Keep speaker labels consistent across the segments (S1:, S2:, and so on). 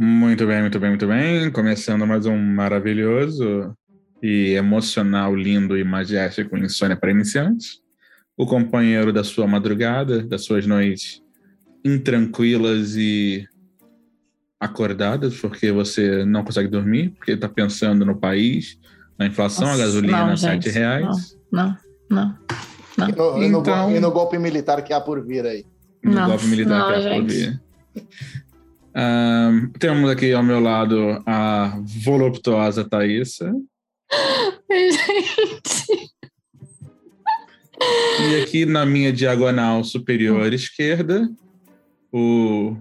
S1: Muito bem, muito bem, muito bem. Começando mais um maravilhoso e emocional, lindo e majestático Insônia para Iniciantes. O companheiro da sua madrugada, das suas noites intranquilas e acordadas, porque você não consegue dormir, porque está pensando no país, na inflação,
S2: Nossa,
S1: a gasolina
S2: não,
S1: a 7
S2: gente,
S1: reais.
S2: Não, não,
S3: E no, e no go-
S1: Então-
S3: e no golpe militar que há por vir aí.
S1: no
S2: Não,
S1: golpe militar
S2: não,
S1: que é por
S2: gente.
S1: vir. Ahn, Ah, temos aqui ao meu lado a voluptuosa Thaísa.
S2: Gente,
S1: E aqui na minha diagonal superior esquerda, o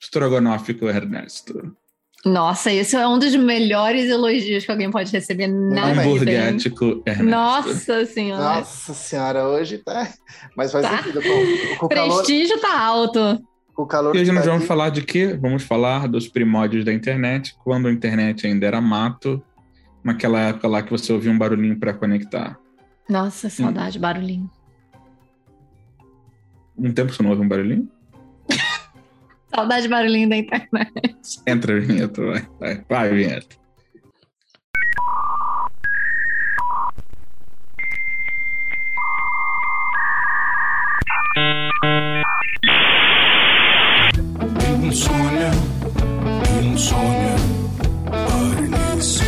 S1: estrogonófico Ernesto.
S2: Nossa, esse é um dos melhores elogios que alguém pode receber na
S1: é
S2: vida. hein?
S1: Hamburguético Um Ernesto.
S2: Nossa senhora.
S3: Nossa senhora, hoje tá. Mas faz
S2: Tá.
S3: sentido. Com, com o calor,
S2: Prestígio tá alto.
S3: com o calor
S1: E hoje
S3: que
S1: nós
S3: tá
S1: vamos
S3: aqui,
S1: falar de quê? Vamos falar dos primórdios da internet, quando a internet ainda era mato, naquela época lá que você ouvia um barulhinho para conectar.
S2: Nossa, saudade, barulhinho.
S1: Um tempo que você não ouve um barulhinho?
S2: Saudade, barulhinho da internet.
S1: Entra a vinheta, vai. Vai, vai vinheta.
S4: Insônia, insônia, para iniciantes.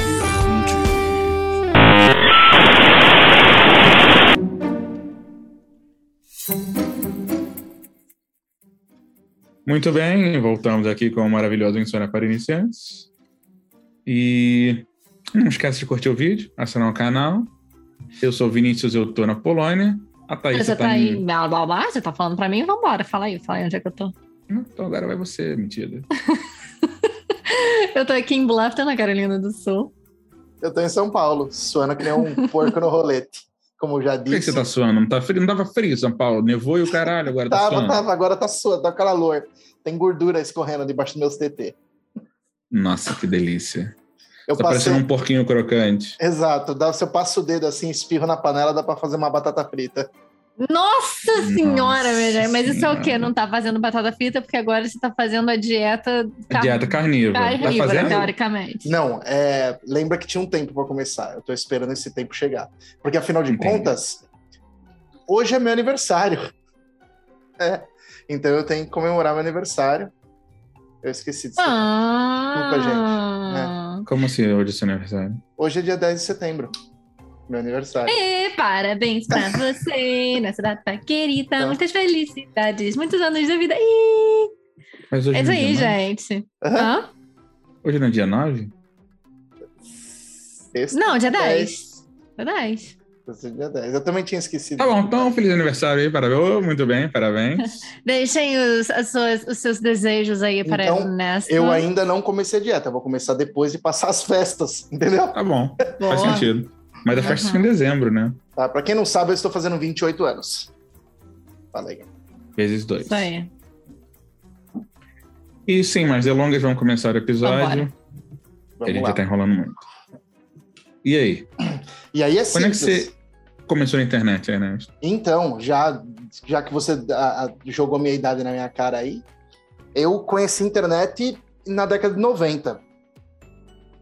S1: Muito bem, voltamos aqui com o maravilhoso Insônia para Iniciantes. E não esquece de curtir o vídeo, assinar o canal. Eu sou o Vinícius, eu tô na Polônia. A Thaís
S2: Você
S1: tá,
S2: tá aí,
S1: em-
S2: blá, blá, blá, você tá falando pra mim? Vambora, fala aí, fala aí onde é que eu tô.
S1: Então agora vai você, mentira.
S2: Eu tô aqui em Bluffton, na Carolina do Sul.
S3: Eu tô em São Paulo, suando que nem um porco no rolete. Como já
S1: Por que, que
S3: disse.
S1: você tá suando? Não, tá frio? não tava frio, São Paulo? Nevou e o caralho, agora tá
S3: tava,
S1: suando.
S3: tava, agora tá suando, tá calor. Tem gordura escorrendo debaixo dos meus TT.
S1: Nossa, que delícia.
S3: Eu
S1: tá
S3: passei.
S1: parecendo um porquinho crocante.
S3: Exato, dá, se eu passo o dedo assim, espirro na panela, dá pra fazer uma batata frita.
S2: Nossa senhora,
S1: Nossa
S2: meu gente. Mas isso é o quê?
S1: senhora.
S2: Não tá fazendo batata frita porque agora você tá fazendo a dieta... car-
S1: Dieta Tá carnívora.
S2: carnívora,
S1: tá fazendo?
S2: teoricamente.
S3: Não, é, lembra que tinha um tempo pra começar. Eu tô esperando esse tempo chegar. Porque afinal de
S1: Entendi.
S3: contas, hoje é meu aniversário. É. Então eu tenho que comemorar meu aniversário. Eu esqueci disso. Desculpa, né?
S2: Ah,
S1: Como assim hoje é seu aniversário?
S3: Hoje é dia 10 de setembro. Meu aniversário.
S2: E parabéns pra você nessa data querida.
S3: Tá.
S2: Muitas felicidades, muitos anos de vida. Ih,
S1: Mas hoje
S2: é isso
S1: não é
S2: aí,
S1: dia nove?
S2: gente. Hã?
S1: Hoje não é dia 9?
S3: Sexta,
S2: Não, é dia 10.
S3: 10.
S2: Dia 10.
S3: Sexta, é dia 10. Eu também tinha esquecido.
S1: Tá bom, então feliz aniversário aí, parabéns. Ô, muito bem, parabéns.
S2: Deixem os, as suas- os seus desejos aí para
S3: Então,
S2: Ernesto.
S3: Eu ainda não comecei a dieta. Eu Vou começar depois de passar as festas, entendeu?
S1: Tá bom,
S2: Boa.
S1: faz sentido. Mas a festa
S2: Aham.
S1: fica em dezembro, né?
S3: Tá? Pra quem não sabe, eu estou fazendo 28 anos. Tá Falei.
S1: Vezes dois.
S2: Isso aí.
S1: E sem mais delongas, vamos começar o episódio.
S2: Vambora.
S1: A
S3: Vamos
S1: gente
S3: lá.
S1: já tá enrolando muito. E aí,
S3: E aí é
S1: Quando é que
S3: simples.
S1: você- começou a internet, né? Ernesto?
S3: Então, já, já que você a- a- jogou minha idade na minha cara aí, eu conheci internet na década de 90.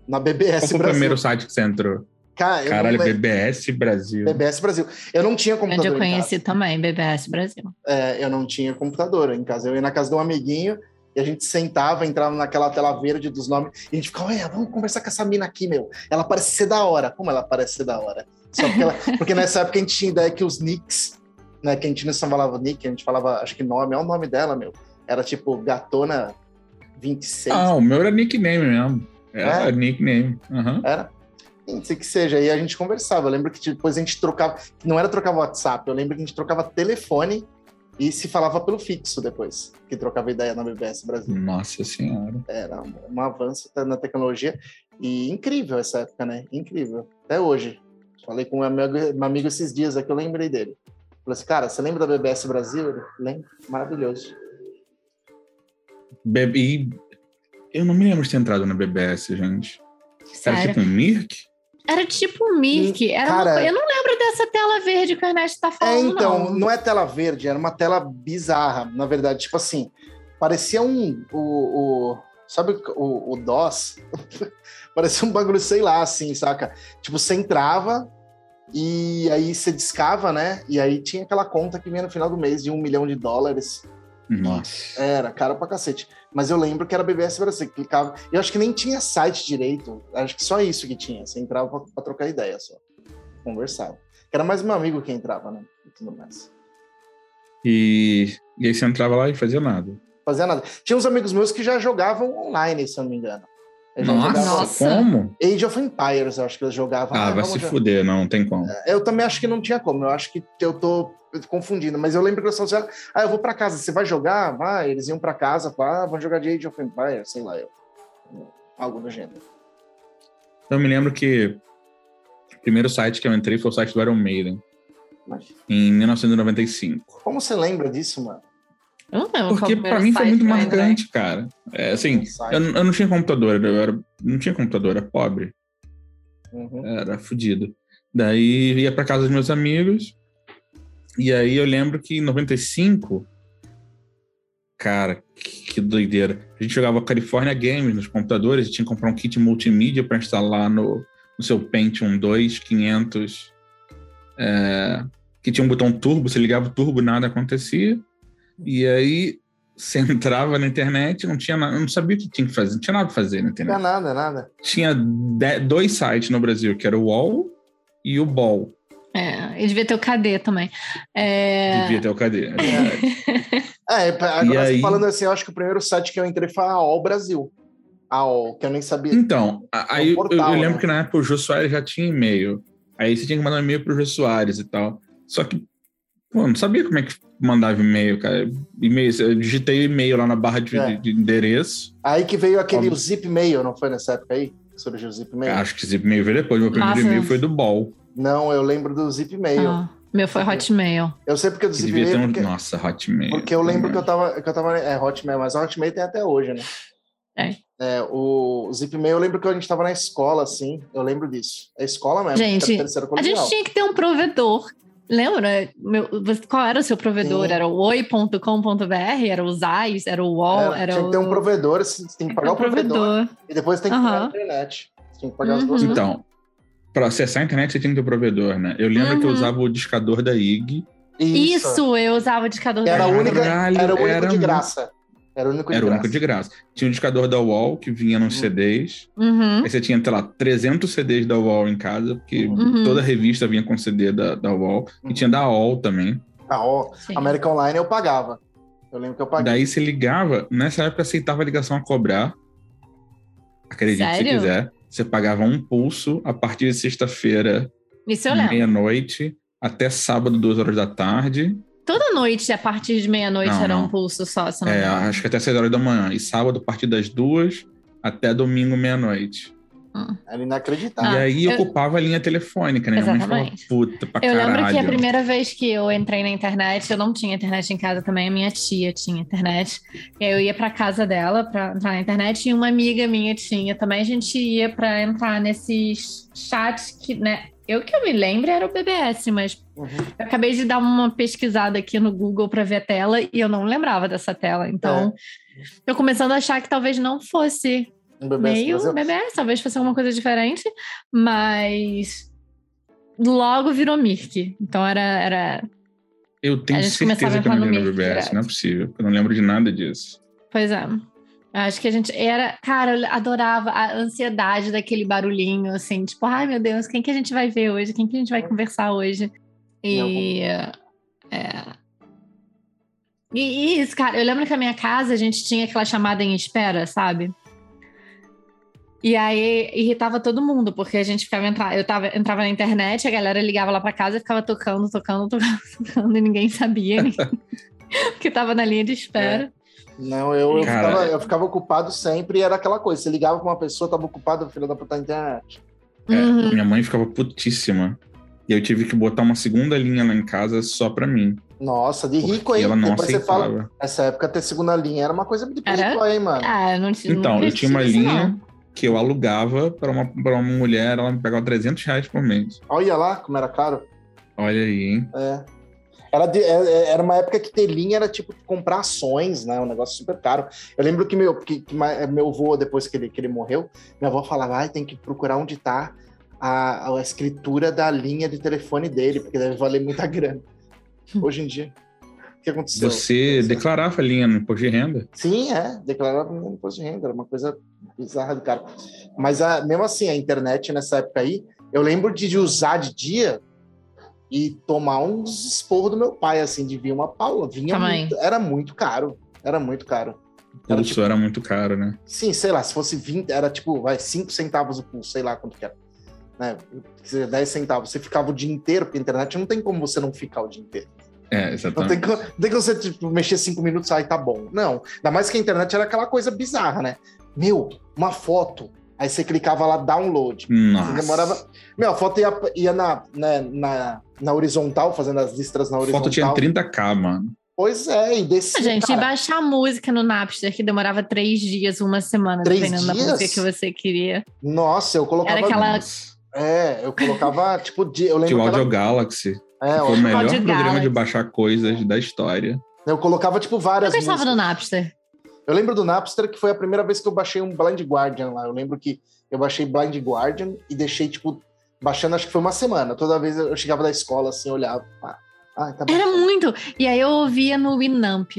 S3: Na BBS
S1: Qual foi o
S3: Brasil.
S1: primeiro site que você entrou?
S3: Cara, eu não
S1: Caralho,
S3: lembro.
S1: BBS Brasil.
S3: BBS Brasil. Eu não tinha
S2: Onde
S3: computador.
S2: eu
S3: em
S2: conheci
S3: casa.
S2: também, BBS Brasil.
S3: É, eu não tinha computador em casa. Eu ia na casa de um amiguinho e a gente sentava, entrava naquela tela verde dos nomes e a gente ficava, olha, vamos conversar com essa mina aqui, meu. Ela parece ser da hora. Como ela parece ser da hora? Só porque, ela- porque nessa época a gente tinha ideia que os nicks, né, que a gente não só falava nick, a gente falava, acho que nome, é o nome dela, meu. Era tipo Gatona 26.
S1: Ah, o meu era nickname mesmo. Era
S3: É?
S1: nickname. Aham.
S3: Era? Não sei que seja. E a gente conversava. Eu lembro que depois a gente trocava. Não era trocar WhatsApp, eu lembro que a gente trocava telefone e se falava pelo fixo depois, que trocava ideia na BBS Brasil.
S1: Nossa senhora.
S3: Era um um avanço tá, na tecnologia. E incrível essa época, né? Incrível. Até hoje. Falei com um amigo, um amigo esses dias aqui, eu lembrei dele. Falei assim, cara, você lembra da BBS Brasil? Ele, lembro. Maravilhoso.
S1: Bebi. Eu não me lembro de ter entrado na BBS, gente. Era
S2: Sério.
S1: tipo um Mirk?
S2: Era tipo um Mirk. Era uma
S3: Cara-
S2: co- Eu não lembro dessa tela verde que o Ernesto tá
S3: É,
S2: falando.
S3: então,
S2: não.
S3: não é tela verde, era uma tela bizarra. Na verdade, tipo assim, Parecia um. O, o- sabe o, o DOS? Parecia um bagulho, sei lá, assim, saca? Tipo, você entrava e aí você discava, né? E aí tinha aquela conta que vinha no final do mês de um milhão de dólares.
S1: Nossa.
S3: Era caro pra cacete. Mas eu lembro que era BBS Brasil. que Clicava. Eu acho que nem tinha site direito. Acho que só isso que tinha. Você entrava pra, pra trocar ideia só. Conversava. Que era mais meu amigo que entrava, né? E tudo mais.
S1: E, e aí você entrava lá e fazia nada.
S3: Fazia nada. Tinha uns amigos meus que já jogavam online, se eu não me engano. Eles já
S1: Nossa,
S3: jogavam
S2: Nossa.
S1: como?
S3: Age of Empires, eu acho que eles jogavam.
S1: Ah,
S3: Ah,
S1: vai
S3: vamos
S1: se
S3: jogar.
S1: fuder, não, não tem como.
S3: Eu também acho que não tinha como. Eu acho que eu tô confundindo. Mas eu lembro que eles falaram assim, ah, eu vou pra casa. Você vai jogar? Vai. Eles iam pra casa, falaram, ah, vão jogar de Age of Empires, sei lá. Eu. Algo do gênero.
S1: Eu me lembro que o primeiro site que eu entrei foi o site do Iron Maiden,
S3: Mas...
S1: em 1995.
S3: Como você lembra disso, mano?
S2: Eu não lembro qual
S1: Porque
S2: Então, o primeiro
S1: pra mim foi
S2: site né?
S1: muito
S2: que eu entrei.
S1: marcante, cara. É, assim, eu,
S3: Site.
S1: eu não tinha computador, eu era, não tinha computador, era pobre,
S3: Uhum.
S1: era fudido. Daí ia pra casa dos meus amigos, e aí eu lembro que em 95, cara, que, que doideira. A gente jogava California Games nos computadores, tinha que comprar um kit multimídia pra instalar no, no seu Pentium 2, 500, é, que tinha um botão turbo, você ligava o turbo, nada acontecia. E aí você entrava na internet, não tinha nada, não sabia o que tinha que fazer, não tinha nada pra fazer na
S3: Não é
S1: internet.
S3: nada, nada.
S1: Tinha de- dois sites no Brasil, que era o UOL e o BOL.
S2: É, e devia ter o KD também. É,
S1: Devia ter o cadê? é verdade.
S3: É, pra- agora
S1: aí?
S3: você falando assim, eu acho que o primeiro site que eu entrei foi a AOL Brasil. AOL, que eu nem sabia.
S1: Então, a- aí eu- eu,
S3: portal,
S1: lembro
S3: né?
S1: que na época o Jô Soares já tinha e-mail. Aí você tinha que mandar um e-mail pro Jô Soares e tal. Só que, pô, eu não sabia como é que mandava e-mail, cara. E-mail, eu digitei e-mail lá na barra de,
S3: É.
S1: de endereço.
S3: Aí que veio aquele
S1: Como?
S3: Zip Mail, não foi nessa época aí? Que Surgiu o Zip Mail?
S1: Acho que esse e-mail veio depois. Meu primeiro
S2: Nossa.
S1: e-mail foi do BOL.
S3: Não, eu lembro do Zip Mail.
S2: ah, meu foi Hotmail.
S3: Eu sei porque do
S1: Que
S3: Zip
S1: devia ter
S3: Mail,
S1: um.
S3: porque,
S1: Nossa, Hotmail. um
S3: porque eu lembro que eu tava. Que eu tava é, Hotmail, mas Hotmail tem até hoje, né?
S2: É.
S3: É, o Zip Mail, eu lembro que a gente tava na escola, assim. Eu lembro disso. É escola mesmo.
S2: Gente,
S3: ter- terceiro
S2: A
S3: colegial.
S2: gente tinha que ter um provedor. Lembra? Meu, você- qual era o seu provedor?
S3: Sim.
S2: Era o oi.com.br? Era o Zais? Era o UOL?
S3: É,
S2: era
S3: tinha
S2: o... um
S3: que ter um provedor, você tem que pagar o provedor. E depois tem que pagar a
S2: Aham.
S3: internet. Tem que pagar as
S2: Uhum.
S3: duas coisas.
S1: Então, pra acessar a internet você tinha que ter provedor, né? Eu lembro que eu
S2: Uhum.
S1: usava o discador da IG.
S2: Isso. eu usava o indicador
S3: Era, a
S2: da
S1: o
S3: única,
S1: Caralho,
S3: era o único
S1: era
S3: de
S1: muito-
S3: graça. Era o único de
S1: Era o
S3: graça.
S1: único de graça. Tinha o discador da UOL que vinha nos
S3: Uhum.
S1: CDs.
S2: Uhum.
S1: Aí você tinha, sei lá, 300 CDs da UOL em casa, porque
S2: Uhum.
S1: toda revista vinha com CD da, da UOL.
S3: Uhum.
S1: E tinha da UOL também.
S3: Ah, ó,
S2: Sim.
S3: América Online eu pagava. Eu lembro que eu paguei.
S1: Daí você ligava, nessa época aceitava a ligação a cobrar. Acredite se
S2: Sério?
S1: quiser. Você pagava um pulso a partir de sexta-feira,
S2: Isso eu lembro.
S1: meia-noite, até sábado, duas horas da tarde.
S2: Toda noite, a partir de meia-noite,
S1: Não,
S2: era
S1: não.
S2: um pulso só. se eu não me
S1: É,
S2: engano.
S1: acho que até 6 horas da manhã. E sábado, a partir das duas até domingo, meia-noite.
S3: Era inacreditável.
S1: e
S2: Ah,
S1: aí
S2: eu-
S1: ocupava a linha telefônica, né? Minha mãe ficava
S2: Exatamente.
S1: puta pra
S2: Eu
S1: caralho.
S2: lembro que a primeira vez que eu entrei na internet, eu não tinha internet em casa também, a minha tia tinha internet. E aí eu ia pra casa dela pra entrar na internet e uma amiga minha tinha também. A gente ia pra entrar nesses chats que, né? Eu que eu me lembro era o BBS, mas
S3: Uhum.
S2: eu acabei de dar uma pesquisada aqui no Google pra ver a tela e eu não lembrava dessa tela. Então, eu começando a achar que talvez não fosse
S3: Um BBS
S2: Ah, meio
S3: Brasil.
S2: BBS, talvez fosse alguma coisa diferente, mas logo virou Mirk. Então era, era.
S1: Eu tenho
S2: A gente começava
S1: certeza
S2: a
S1: que eu não
S2: entrar no
S1: lembro do
S2: Mirk
S1: BBS,
S2: direto.
S1: não é possível. porque Eu não lembro de nada disso.
S2: Pois é. Acho que a gente era. Cara, eu adorava a ansiedade daquele barulhinho, assim, tipo, ai meu Deus, quem que a gente vai ver hoje? Quem que a gente vai conversar hoje? E. é. E e isso, cara, eu lembro que a minha casa a gente tinha aquela chamada em espera, sabe? E aí irritava todo mundo, porque a gente ficava entrar, eu tava, entrava na internet, a galera ligava lá pra casa e ficava tocando, tocando, tocando, tocando, e ninguém sabia ninguém... que tava na linha de espera.
S3: Não, eu, eu,
S1: Cara.
S3: ficava, eu ficava ocupado sempre e era aquela coisa. Você ligava pra uma pessoa, tava ocupado, filho da puta então, na internet.
S1: É,
S2: Uhum.
S1: Minha mãe ficava putíssima. E eu tive que botar uma segunda linha lá em casa só pra mim.
S3: Nossa, de rico,
S1: Porque
S3: hein?
S1: ela não
S3: Depois você fala,
S1: aceitava.
S3: Nessa época, ter segunda linha era uma coisa de
S2: Era?
S3: rico aí, mano.
S2: Ah, eu não tinha.
S1: Então,
S2: nunca
S1: eu tinha uma
S2: tive isso,
S1: linha
S2: não.
S1: que eu alugava pra uma, pra uma mulher, ela me pagava 300 reais por mês.
S3: Olha lá como era caro.
S1: Olha aí, hein?
S3: É. Era, de- é- é- era uma época que ter linha era tipo comprar ações, né? Um negócio super caro. Eu lembro que meu, que, que ma- meu avô, depois que ele, que ele morreu, minha avó falava: ai, tem que procurar onde tá a, a escritura da linha de telefone dele, porque deve valer muita grana. Hoje em dia. O que aconteceu?
S1: Você declarava a linha no imposto de renda.
S3: Sim, é, declarava no imposto de renda, era uma coisa bizarra do cara. Mas a, mesmo assim, a internet nessa época aí, eu lembro de, de usar de dia e tomar uns esporro do meu pai, assim, de vir uma paula. Vinha
S2: Também.
S3: muito, era muito caro, era muito caro.
S1: O
S3: Era tipo
S1: pulso era muito caro, né?
S3: Sim, sei lá, se fosse 20, era tipo, vai, 5 centavos o pulso, sei lá quanto que era. Né? quer dizer, 10 centavos, você ficava o dia inteiro, porque a internet não tem como você não ficar o dia inteiro.
S1: É,
S3: Não Então tem,
S1: exatamente.
S3: co- não tem como você tipo, mexer cinco minutos aí tá bom. Não. Ainda mais que a internet era aquela coisa bizarra, né? Meu, uma foto. Aí você clicava lá download.
S1: Nossa.
S3: Demorava. Meu, a foto ia, ia na, né, na, na horizontal, fazendo as listras na
S1: A
S3: horizontal.
S1: foto tinha 30k, mano.
S3: Pois é, e
S2: Ah,
S3: descia.
S2: Gente, e
S3: cara.
S2: baixar música no Napster, que demorava três dias, uma semana,
S3: Três
S2: dependendo da
S3: dias?
S2: música que você queria.
S3: Nossa, eu colocava.
S2: Era aquela-
S1: Nossa.
S3: É, eu colocava, tipo, de- eu
S1: Tinha um
S3: lembro
S1: o
S3: que
S1: Audio
S3: era-
S1: Galaxy.
S3: é,
S1: Foi o
S3: eu,
S1: melhor
S2: Audio
S1: programa
S2: Galaxy.
S1: de baixar coisas da história.
S3: eu colocava, tipo,
S2: Eu
S3: várias.
S2: gostava do
S3: músicas.
S2: Napster.
S3: Eu lembro do Napster que foi a primeira vez que eu baixei um Blind Guardian lá. Eu lembro que eu baixei Blind Guardian e deixei, tipo, baixando, acho que foi uma semana. Toda vez eu chegava da escola, assim, eu olhava. Ah, ah tá
S2: Era
S3: baixando.
S2: muito. E aí eu ouvia no Winamp.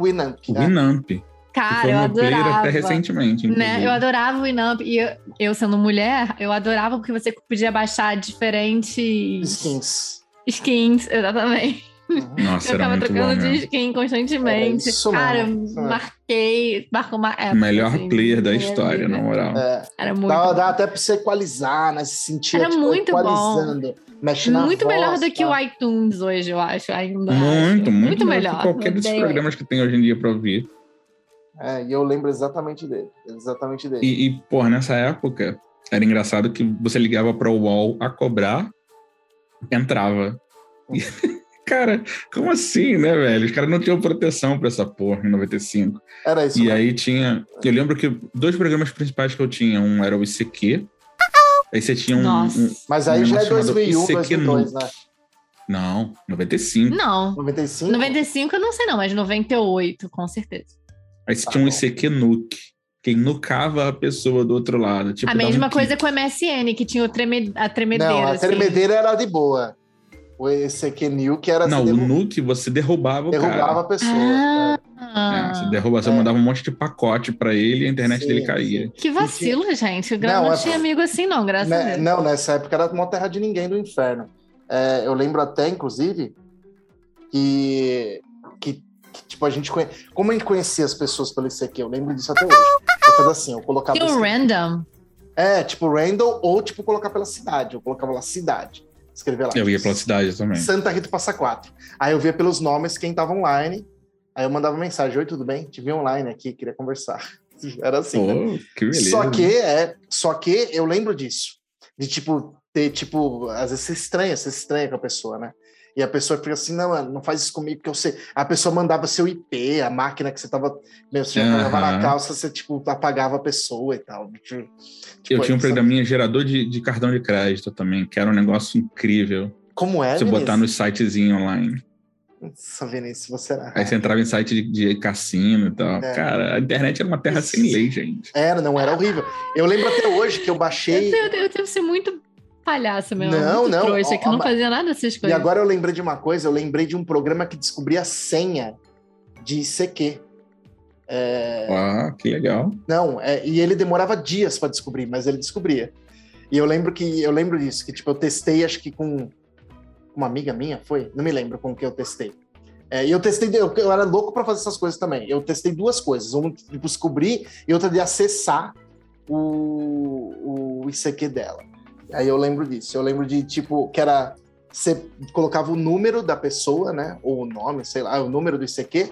S3: Winamp.
S1: O
S3: né?
S1: Winamp. que
S2: Cara,
S1: foi
S2: eu
S1: meu player
S2: adorava.
S1: até recentemente.
S2: Né?
S1: inclusive.
S2: Eu adorava o Winamp. E eu, eu, sendo mulher, eu adorava porque você podia baixar diferentes
S3: Skins.
S2: skins, exatamente.
S1: Nossa,
S2: eu
S1: era
S2: tava
S1: muito bom. né?
S2: trocando de
S1: mesmo.
S2: skin constantemente.
S3: Era isso
S2: Cara,
S3: mesmo,
S2: eu
S3: isso mesmo.
S2: marquei, marcou uma época.
S1: O melhor
S2: assim,
S1: player da
S2: minha
S1: história,
S2: vida.
S1: na moral.
S3: É,
S2: Era muito.
S3: dava,
S2: bom.
S3: dava até pra você equalizar, né? Se sentia
S2: Era
S3: tipo,
S2: muito bom.
S3: equalizando. Mexe na
S2: Muito
S3: voz,
S2: melhor do que
S3: tá?
S2: o iTunes hoje, eu acho. Ainda
S1: Muito, muito,
S2: acho.
S1: muito melhor.
S2: melhor.
S1: que qualquer desses
S2: Odeio.
S1: programas que tem hoje em dia pra ouvir.
S3: É, e eu lembro exatamente dele. Exatamente dele.
S1: E, e porra, nessa época, era engraçado que você ligava pra UOL a cobrar, entrava. E, cara, como assim, né, velho? Os caras não tinham proteção pra essa porra em 95.
S3: Era isso.
S1: E
S3: né?
S1: aí tinha. Eu lembro que dois programas principais que eu tinha, um era o ICQ. Aí você tinha um.
S2: Nossa.
S1: um-
S3: Mas aí
S1: um
S3: já é
S1: negócio chamado
S3: 2001,
S1: ICQ
S3: 2002, né?
S1: não, 95.
S2: Não.
S3: 95?
S2: 95 eu não sei, não, mas 98, com certeza.
S1: Aí você
S3: Tá
S1: tinha um
S3: bom.
S1: ICQ nuke. que nucava a pessoa do outro lado. Tipo,
S2: a
S1: dava um
S2: mesma
S1: kick.
S2: coisa com o MSN, que tinha o treme- a tremedeira.
S3: Não, a
S2: assim.
S3: tremedeira era de boa. O ECQ New, que era
S1: Não,
S3: você
S1: o
S3: derru-
S1: nuke você derrubava o cara.
S3: derrubava a pessoa.
S2: Ah,
S1: É, você derruba, você mandava um monte de pacote pra ele e a internet
S3: Sim,
S1: dele caía.
S2: que vacilo, gente. Eu não,
S3: Não, é-
S2: tinha amigo assim, não,
S3: é.
S2: graças a
S3: Né-
S2: Deus.
S3: não, nessa época era uma terra de ninguém do inferno. É, eu lembro até, inclusive, que, que, que, tipo, a gente conhe... Como a gente conhecia as pessoas pelo ICQ? Eu lembro disso até hoje. Eu fazia assim, eu colocava.
S2: Tinha um o
S3: esse-
S2: random.
S3: É, tipo, Randall, ou tipo, colocar pela cidade. Eu colocava lá cidade. Escrever lá.
S1: Eu ia
S3: tipo,
S1: pela cidade também.
S3: Santa Rita Passa Quatro. Aí eu via pelos nomes quem tava online. Aí eu mandava mensagem: Oi, tudo bem? Te vi online aqui, queria conversar. Era assim. né?
S1: Pô, que beleza.
S3: Só que, é, só que eu lembro disso. De tipo, ter, tipo, às vezes você estranha, você estranha com a pessoa, né? E a pessoa fica assim, não, mano, não faz isso comigo, que eu sei. A pessoa mandava seu IP, a máquina que você tava. Meu, você já colocava
S1: Aham.
S3: na calça, você, tipo, apagava a pessoa e tal. Tipo,
S1: Eu
S3: aí
S1: tinha um
S3: você-
S1: programinha gerador de, de cartão de crédito também, que era um negócio incrível.
S3: Como é,
S1: você botar
S3: Vinícius?
S1: nos sitezinhos online.
S3: Nossa, Vinícius, você era.
S1: Aí você entrava em site de, de cassino e tal.
S3: É.
S1: Cara, a internet era uma terra sem lei, gente.
S3: Era, não, era horrível. Eu lembro até hoje que eu baixei.
S2: Eu, devo- eu devo ser muito palhaça, meu.
S3: Não,
S2: muito
S3: não,
S2: Trouxa,
S3: ó,
S2: que eu não
S3: ó,
S2: fazia nada dessas
S3: E
S2: coisas.
S3: agora eu lembrei de uma coisa, eu lembrei de um programa que descobria a senha de CQ. É.
S1: Ó, que legal.
S3: Não, é, e ele demorava dias para descobrir, mas ele descobria. E eu lembro que eu lembro disso, que tipo, eu testei, acho que com uma amiga minha, foi? Não me lembro com que eu testei. É, e eu testei, eu, eu era louco para fazer essas coisas também. Eu testei duas coisas, uma de descobrir e outra de acessar o, o ICQ dela. Aí eu lembro disso. Eu lembro de tipo que era você colocava o número da pessoa, né? Ou o nome, sei lá, o número do ICQ.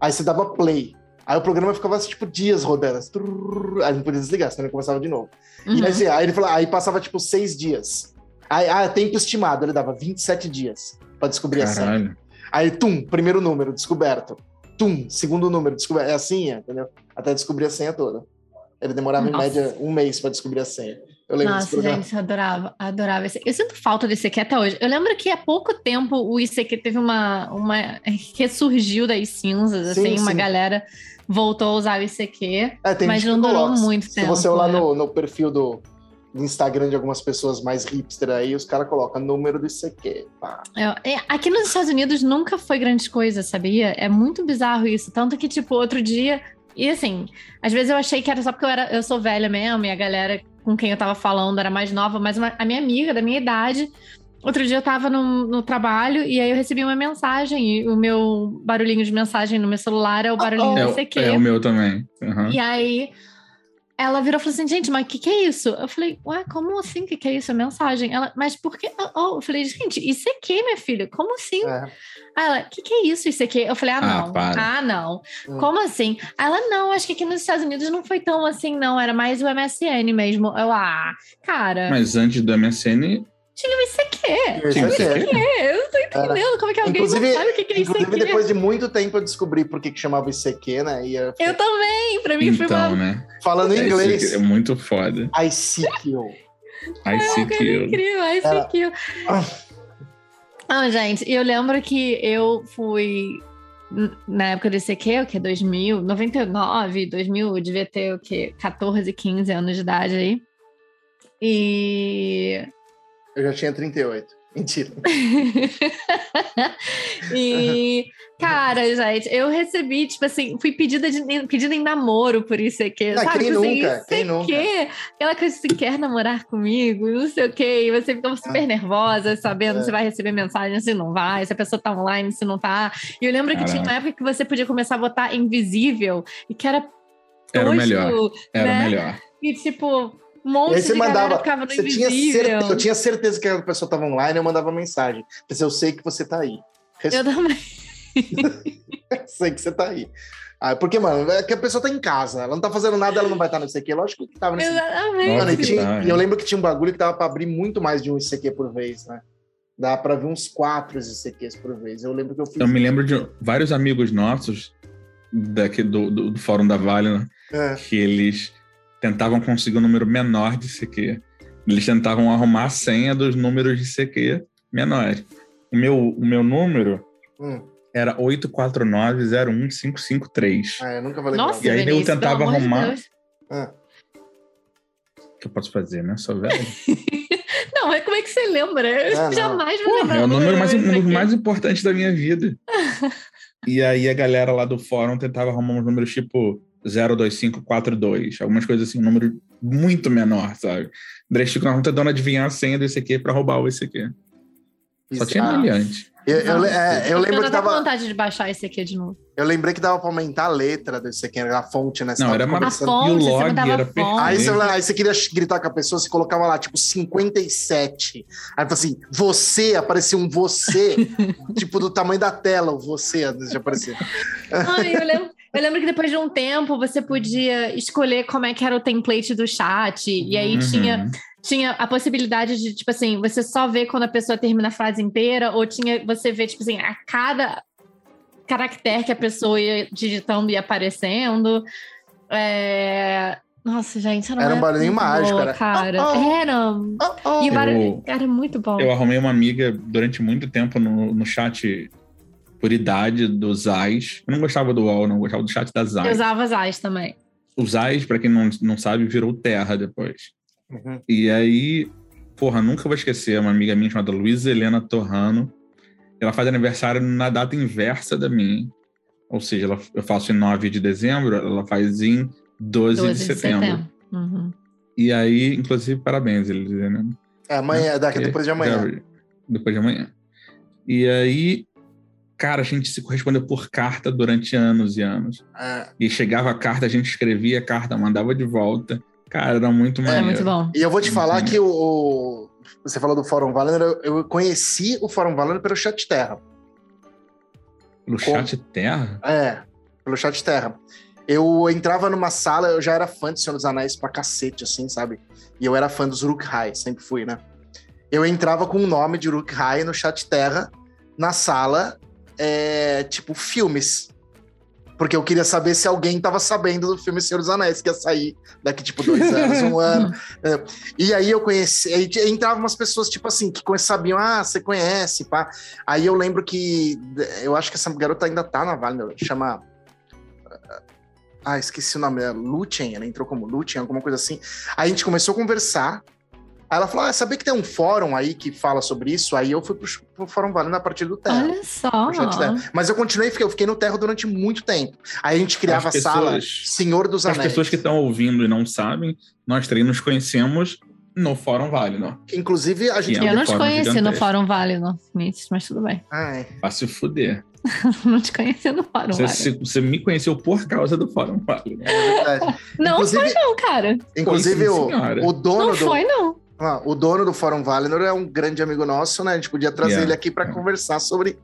S3: Aí você dava play. Aí o programa ficava assim, tipo dias rodando. assim, trrr, Aí não podia desligar, senão ele começava de novo.
S2: Uhum.
S3: E aí, assim, aí ele falava, aí passava tipo seis dias. Aí, ah, tempo estimado, ele dava 27 dias pra descobrir a senha.
S1: Caralho.
S3: Aí, tum, primeiro número, descoberto. Tum, segundo número, descoberto. É a senha, entendeu? Até descobrir a senha toda. Ele demorava
S2: Nossa.
S3: em média um mês pra descobrir a senha. Eu lembro desse
S2: Nossa,
S3: programa.
S2: gente, eu adorava, adorava esse. Eu sinto falta desse aqui até hoje. Eu lembro que há pouco tempo o ICQ teve uma. uma ressurgiu das cinzas,
S3: Sim,
S2: assim, uma
S3: sim.
S2: galera voltou a usar o ICQ.
S3: É, tem
S2: Mas
S3: gente que
S2: não durou
S3: coloca.
S2: muito
S3: Se
S2: tempo,
S3: você olhar
S2: né?
S3: no, no perfil do, do Instagram de algumas pessoas mais hipster aí, os caras colocam número do ICQ. Pá.
S2: É, é, aqui nos Estados Unidos nunca foi grande coisa, sabia? É muito bizarro isso. Tanto que, tipo, outro dia. E assim, às vezes eu achei que era só porque eu, era, eu sou velha mesmo e a galera com quem eu tava falando era mais nova, mas uma- a minha amiga da minha idade. Outro dia eu tava no, no trabalho e aí eu recebi uma mensagem. E o meu barulhinho de mensagem no meu celular é o barulhinho
S1: É,
S2: do
S1: o-
S2: ICQ.
S1: é o meu também.
S3: Uhum.
S1: Aham.
S2: E aí ela virou e falou assim: gente, mas o que, que é isso? Eu falei, ué, como assim? O que, que é isso? É mensagem. Ela, mas por que? Ah, oh, Eu falei, gente, isso aqui, minha filha, como assim?
S3: É.
S2: Aí ela, o que, que é isso? Isso aqui? Eu falei, ah,
S1: Ah,
S2: não.
S1: para.
S2: Ah, não.
S3: Hum.
S2: Como assim? Aí Ela, não, acho que aqui nos Estados Unidos não foi tão assim, não. Era mais o MSN mesmo. Eu, ah, cara,
S1: Mas antes do MSN,
S2: tinha o ICQ.
S3: Isso
S1: tinha o
S3: é.
S1: ICQ?
S2: É, eu não tô entendendo como é que alguém
S3: Inclusive-
S2: não sabe o que, que é isso aqui.
S3: Inclusive, depois de muito tempo eu descobri por que, que chamava ICQ, né? E eu fiquei
S2: Eu também, pra mim foi
S1: Então,
S2: uma
S1: né?
S3: falando em
S1: É,
S3: inglês,
S1: ICQ É muito foda.
S3: ICQ.
S2: É,
S1: ICQ.
S2: incrível, ai,
S3: Era-
S2: isso aqui.
S3: Ah.
S2: Ah, gente, eu lembro que eu fui n- na época do ICQ, o que? 2000, 99, 2000, eu devia ter o quê? 14, 15 anos de idade aí. E.
S3: Eu já tinha 38. Mentira.
S2: e, cara, gente, eu recebi, tipo assim, fui pedida, de, pedida em namoro por ICQ.
S3: Ah,
S2: sabe?
S3: quem
S2: Tipo assim,
S3: nunca? Quem nunca?
S2: ICQ, Aquela coisa assim, quer namorar comigo, não sei o quê. E você fica super nervosa, sabendo
S3: Ah. É.
S2: se vai receber mensagem, se não vai, se a pessoa tá online, se não tá. E eu lembro que tinha uma época que você podia começar a botar invisível, e que era
S1: Era o
S2: tosco,
S1: melhor. Era o
S2: né?
S1: melhor.
S2: E tipo, um
S3: E aí
S2: monte
S3: você
S2: de galera
S3: mandava.
S2: ficava no
S3: Você tinha
S2: invisível.
S3: certeza, eu tinha certeza que a pessoa estava online, eu mandava mensagem. Mas eu sei que você tá aí.
S2: Eu também.
S3: sei que você tá aí. Ah, porque, mano, é que a pessoa tá em casa, ela não tá fazendo nada, ela não vai estar no ICQ. Lógico que tava nesse.
S2: Exatamente.
S3: Mano, e,
S1: Óbvio que
S3: tinha-
S1: tá,
S3: e eu
S1: é.
S3: lembro que tinha um bagulho que dava pra abrir muito mais de um ICQ por vez, né? Dá pra ver uns quatro ICQs por vez. Eu lembro que eu fiz.
S1: Eu me lembro de vários amigos nossos daqui do, do, do Fórum da Vale, né?
S3: É.
S1: que eles tentavam conseguir um número menor de CQ. Eles tentavam arrumar a senha dos números de CQ menores. O meu, o meu número
S3: Hum.
S1: era 849-01553.
S3: Ah, eu nunca vou lembrar.
S2: Nossa,
S1: E aí eu
S2: Vinícius,
S1: tentava
S2: pelo amor de
S1: arrumar-
S2: Deus.
S3: Ah,
S1: O que eu posso fazer, né? Sou velho.
S2: Não, mas como é que você lembra? Eu
S3: Ah, não.
S2: jamais vou
S1: Porra,
S2: lembrar.
S1: é o
S2: do
S1: número mais, um
S2: disso
S1: dos
S2: aqui.
S1: mais importantes da minha vida. e aí a galera lá do fórum tentava arrumar uns números tipo 02542, algumas coisas assim, um número muito menor, sabe? Daí ficam tentando adivinhar a senha desse aqui pra roubar o esse aqui. Só
S3: isso-
S1: tinha
S3: ah,
S1: brilhante.
S3: eu, eu, le- é, eu lembro
S2: tô
S3: que
S2: até com
S3: tava.
S2: vontade de baixar esse aqui de novo.
S3: Eu lembrei que dava pra aumentar a letra do ICQ, a fonte, né? Você
S1: Não,
S3: tava
S1: era uma
S2: A
S3: conversando-
S2: fonte,
S1: e o
S2: você
S1: log
S2: mandava
S1: era
S2: fonte.
S1: perfeito.
S3: Aí você,
S1: Sim.
S3: aí você queria gritar com a pessoa, você colocava lá, tipo, 57. Aí, tipo assim, você, aparecia um você, tipo, do tamanho da tela, o você, às vezes já aparecia.
S2: Ai, eu, lembro, eu lembro que depois de um tempo você podia escolher como é que era o template do chat. E aí
S1: Uhum.
S2: tinha, tinha a possibilidade de, tipo assim, você só vê quando a pessoa termina a frase inteira, ou tinha você vê, tipo assim, a cada caractere que a pessoa ia digitando e aparecendo. É... Nossa, gente, era, uma
S3: Era um
S2: época
S3: barulhinho
S2: muito
S3: mágico,
S2: boa,
S3: era-
S2: Cara.
S3: Ah, ah.
S2: Era.
S3: Oh, oh.
S2: E o barulho
S1: Eu-
S2: era muito bom.
S1: Uhum. Eu arrumei uma amiga durante muito tempo no, no chat por idade do Zais. Eu não gostava do UOL, não. Eu gostava do chat da
S2: Eu
S1: Zais.
S2: usava as as também.
S1: O Zais, pra quem não, não sabe, virou Terra depois.
S3: Uhum.
S1: E aí, porra, nunca vou esquecer uma amiga minha chamada Luísa Helena Torrano. Ela faz aniversário na data inversa da minha. Ou seja, ela- eu faço em 9 de dezembro, ela faz em 12, de, setembro.
S2: Uhum.
S1: E aí, inclusive, parabéns, eles dizem, né?
S3: É, amanhã, é daqui, depois de amanhã.
S1: Já- Depois de amanhã. E aí, cara, a gente se correspondeu por carta durante anos e anos.
S3: É.
S1: E chegava a carta, a gente escrevia a carta, mandava de volta. Cara, era muito
S2: É
S1: maneiro.
S2: muito bom.
S3: E eu vou te falar
S1: Uhum.
S3: que o, o- Você falou do Fórum Valendo, eu- eu conheci o Fórum Valendo pelo Chat Terra.
S1: No chat terra?
S3: É, pelo Chat Terra. Eu entrava numa sala, eu já era fã de Senhor dos Anéis pra cacete, assim, sabe? E eu era fã dos Uruk-hai, sempre fui, né? Eu entrava com o nome de Uruk-hai no Chat Terra, na sala, é, tipo, filmes. Porque eu queria saber se alguém tava sabendo do filme Senhor dos Anéis, que ia sair daqui, tipo, dois anos, um ano.
S2: Uhum.
S3: É. E aí eu conheci, aí t- entravam umas pessoas, tipo assim, que conhe- sabiam, ah, você conhece, pá. Aí eu lembro que, eu acho que essa garota ainda tá na Vale, chama... Ah, esqueci o nome dela, Luchen, ela entrou como Luchen, alguma coisa assim. Aí a gente começou a conversar, Aí ela falou: ah, sabia que tem um fórum aí que fala sobre isso? Aí eu fui pro, pro Fórum Valendo a partir do Terra.
S2: Olha só.
S3: pro chat Terra. Mas eu continuei, fiquei- eu fiquei no Terra durante muito tempo. Aí a gente criava
S1: As
S3: a sala
S1: pessoas-
S3: Senhor dos
S1: As
S3: Anéis.
S1: pessoas que estão ouvindo e não sabem, nós três nos conhecemos no Fórum Vale, não.
S3: Inclusive, a gente.
S1: Sim, é.
S2: Eu não te
S1: Fórum
S2: conheci no
S1: gigantesco.
S2: Fórum Vale, não, Vinícius, mas tudo bem.
S3: Ah, é.
S1: Vai se fuder.
S2: Não te conheci no Fórum
S1: Você,
S2: Vale.
S1: se- você me conheceu por causa do Fórum Vale.
S3: É verdade.
S2: Não
S3: Inclusive-
S2: foi, não, cara.
S3: Inclusive,
S1: Pô, sim,
S3: o,
S1: senhora.
S3: o dono
S2: Não
S3: do.
S2: foi, não.
S3: Ah, o dono do Fórum Valinor é um grande amigo nosso, né? A gente podia trazer
S1: Yeah.
S3: ele aqui para
S1: Yeah.
S3: conversar sobre,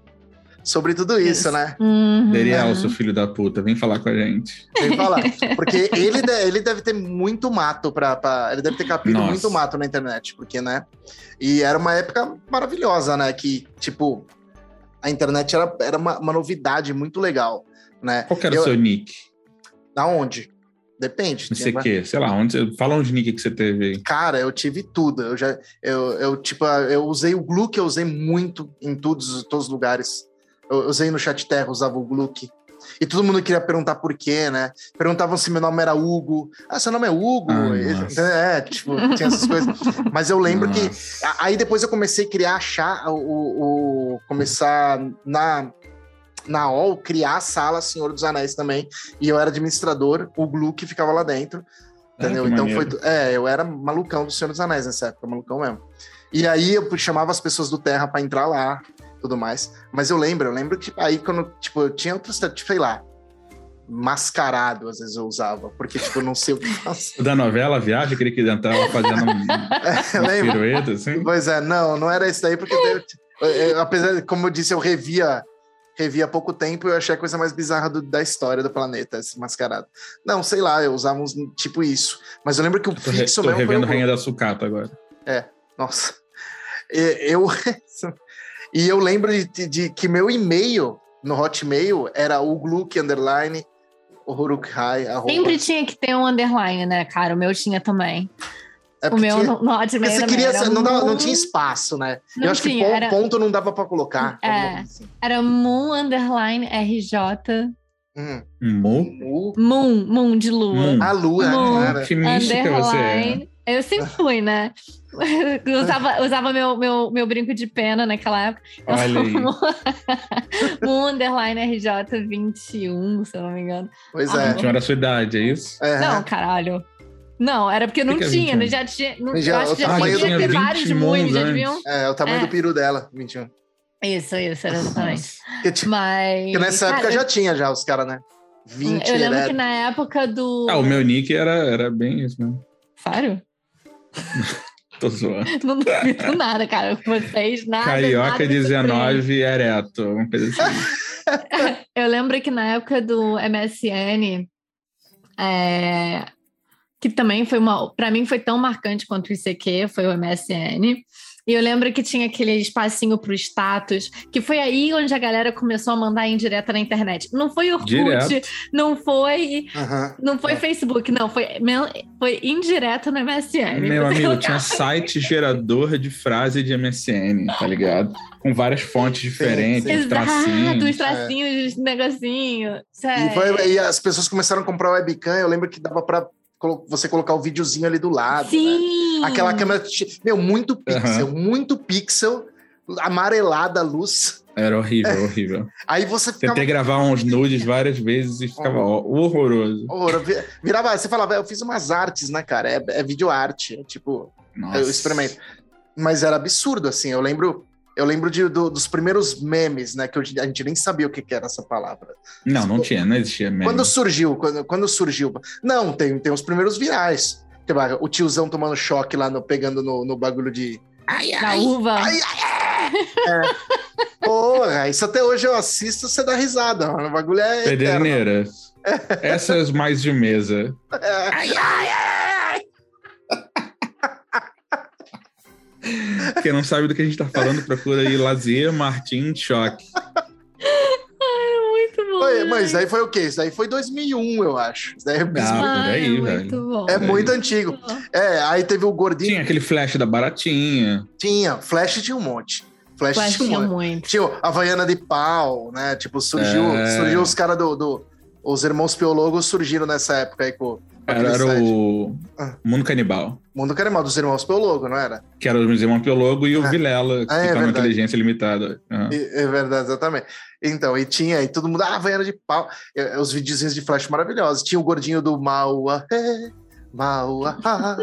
S3: sobre tudo isso,
S2: Isso.
S3: né?
S2: Uhum.
S1: Deriel, seu filho da puta, vem falar com a gente.
S3: Sem falar. Porque ele, de- ele deve ter muito mato pra, pra- Ele deve ter capido
S1: Nossa.
S3: muito mato na internet, porque, né? E era uma época maravilhosa, né? Que, tipo, a internet era, era uma, uma novidade muito legal, né?
S1: Qual que era o
S3: Eu-
S1: seu nick?
S3: Da onde? Depende.
S1: Não sei
S3: tinha-
S1: o quê. Sei lá, onde, você- fala onde nick que você teve aí.
S3: Cara, eu tive tudo. Eu já, eu, eu tipo, eu usei o Gluck, eu usei muito em todos, todos os lugares. Eu eu usei no chat terra, usava o Gluck. E todo mundo queria perguntar por quê, né? Perguntavam se meu nome era Hugo. Ah, seu nome é Hugo?
S1: Ai,
S3: E-
S1: nossa.
S3: é, tipo, tinha essas coisas. Mas eu lembro que
S1: Nossa.
S3: a- Aí depois eu comecei a criar, achar o, o- o- começar na na OL, criar a sala Senhor dos Anéis também. E eu era administrador, o Glu que ficava lá dentro.
S1: Ah,
S3: Entendeu?
S1: que
S3: então foi.
S1: maneiro.
S3: tu- É, eu era malucão do Senhor dos Anéis nessa época, malucão mesmo. E aí eu chamava as pessoas do Terra pra entrar lá, tudo mais. Mas eu lembro, eu lembro que aí quando, tipo, eu tinha outros, tipo, sei lá, mascarado às vezes eu usava, porque, tipo, eu não sei o que fazer.
S1: Da novela, a viagem, queria que entrava fazendo um, uma
S3: Lembra?
S1: pirueta, assim.
S3: Pois é, não, não era isso daí, porque deve- eu- eu- apesar de, como eu disse, eu revia revi há pouco tempo e eu achei a coisa mais bizarra do- da história do planeta, esse mascarado. Não, sei lá, eu usava uns tipo isso. Mas eu lembro que o
S1: Tô, re,
S3: fixo
S1: tô
S3: mesmo foi
S1: revendo
S3: o...
S1: Rainha da Sucata agora.
S3: Nossa. E- Eu... e eu lembro de, de que meu e-mail no Hotmail era o Gluck, underline, Horukhai, arroba.
S2: Uhum. Sempre tinha que ter um underline, né, cara? O meu tinha também.
S3: É
S2: O
S3: porque
S2: meu
S3: tinha-
S2: no, no Hotmail
S3: porque você
S2: também
S3: queria,
S2: era
S3: ser- não, dava- não
S2: Moon-
S3: tinha espaço, né?
S2: Não
S3: eu acho
S2: tinha,
S3: que pon-
S2: era-
S3: ponto não dava pra colocar.
S2: É.
S3: alguma coisa assim.
S2: Era Moon Underline RJ.
S3: Hum.
S1: Mo?
S3: O
S2: Moon, Moon de lua.
S1: Moon.
S3: A lua, né?
S2: Amor.
S3: cara.
S1: Que mística você é.
S2: Underline. Eu sempre fui, né? Eu usava usava meu, meu, meu brinco de pena naquela época. Eu
S1: Olha aí.
S2: usava Moon- Moon Underline RJ21, se eu não me engano.
S3: Pois
S2: Ah,
S3: é.
S1: Gente, olha a sua idade, é isso?
S3: É.
S2: Não, caralho. Não, era porque não
S1: que é
S2: tinha,
S1: 21?
S2: né? já tinha. não-
S3: Já-
S2: eu acho que
S3: o
S2: já
S3: tamanho
S2: devia
S1: tinha
S2: ter vários
S1: 20
S2: moons, já
S1: moons
S2: deviam.
S1: um antes.
S3: É, é o tamanho
S2: É.
S3: do peru dela, 21.
S2: Isso, isso, era exatamente.
S3: Porque, tipo,
S2: Mas.
S3: porque nessa
S2: cara,
S3: época já tinha já os caras, né? 20
S2: Ah, Eu lembro
S3: era-
S2: que na época do.
S1: Ah, o meu nick era, era bem isso, né?
S2: Sério?
S1: Tô zoando.
S2: Não duvido nada, cara. Vocês, nada. nada
S1: Carioca
S2: me surpreende.
S1: 19 ereto. Uma coisa assim.
S2: Eu lembro que na época do MSN, é, que também foi uma. Pra mim foi tão marcante quanto o ICQ, foi o MSN. E eu lembro que tinha aquele espacinho pro status, que foi aí onde a galera começou a mandar em direta na internet. Não foi Orkut,
S1: Direto. É.
S2: não foi,
S3: Aham.
S2: não foi Facebook, não, foi, mel- foi indireta no MSN.
S1: Meu amigo,
S2: Você colocava-
S1: tinha site gerador de frase de MSN, tá ligado? Com várias fontes diferentes,
S3: sim.
S1: uns
S2: Exato,
S1: tracinhos. é.
S2: os tracinhos, os negocinho.
S3: E,
S2: Sério.
S3: foi- e as pessoas começaram a comprar webcam, eu lembro que dava pra colo- você colocar o videozinho ali do lado. né?
S2: Sim!
S3: Aquela câmera. ti- Meu, muito pixel, muito pixel, amarelada a luz.
S1: Era horrível, horrível.
S3: Aí você ficava.
S1: Tentei gravar uns nudes várias vezes e ficava ó- horroroso.
S3: Horror, vi- virava, você falava, eu fiz umas artes, né, cara? É, é videoarte. é tipo,
S1: Nossa.
S3: Eu experimentei. Mas era absurdo, assim. Eu lembro, eu lembro de- do- dos primeiros memes, né? Que eu- a gente nem sabia o que, que era essa palavra.
S1: Não, não tinha, não existia mesmo.
S3: Quando surgiu, quando, quando surgiu. Não, tem, tem os primeiros virais. Tipo, ah, O tiozão tomando choque lá, no, pegando no, no bagulho de. Ai,
S2: Da
S3: ai,
S2: uva.
S3: ai, ai, ai. É. Porra, isso até hoje eu assisto, você dá risada. mano. O bagulho é. eterno.
S1: Pederneiras. Essas mais de mesa.
S3: É. Ai, ai, ai, ai.
S1: Quem não sabe do que a gente tá falando, procura aí Lazier Martin Choque.
S2: É Muito bom.
S3: Foi, foi, mas é isso daí foi o quê? Isso daí foi 2001, eu acho. Isso daí é,
S1: Ah, por
S2: Ai,
S1: aí,
S2: muito
S1: velho.
S2: bom.
S3: é
S1: por aí.
S3: muito antigo. É, aí teve o Gordinho.
S1: Tinha aquele flash da baratinha.
S3: Tinha, Flash tinha um monte. Flash, tinha um
S2: Flashinho
S3: monte.
S2: é muito.
S3: Tinha o Havaiana de pau, né? Tipo, surgiu,
S1: É.
S3: surgiu os caras do, do- Os irmãos Piologos surgiram nessa época aí com, com aquele
S1: Era, era
S3: site.
S1: o
S3: Ah.
S1: Mundo Canibal.
S3: Mundo Carimal dos Irmãos Piologo, não era?
S1: Que era o Museu Piologo e o
S3: Ah.
S1: Vilela, que
S3: Ah, é
S1: tá na
S3: verdade.
S1: inteligência limitada. Ah.
S3: E- é verdade, exatamente. Então, e tinha, e todo mundo, ah, Havaiana de pau. É, é, os videozinhos de flash maravilhosos. Tinha o gordinho do Maua. é, Maua, ah,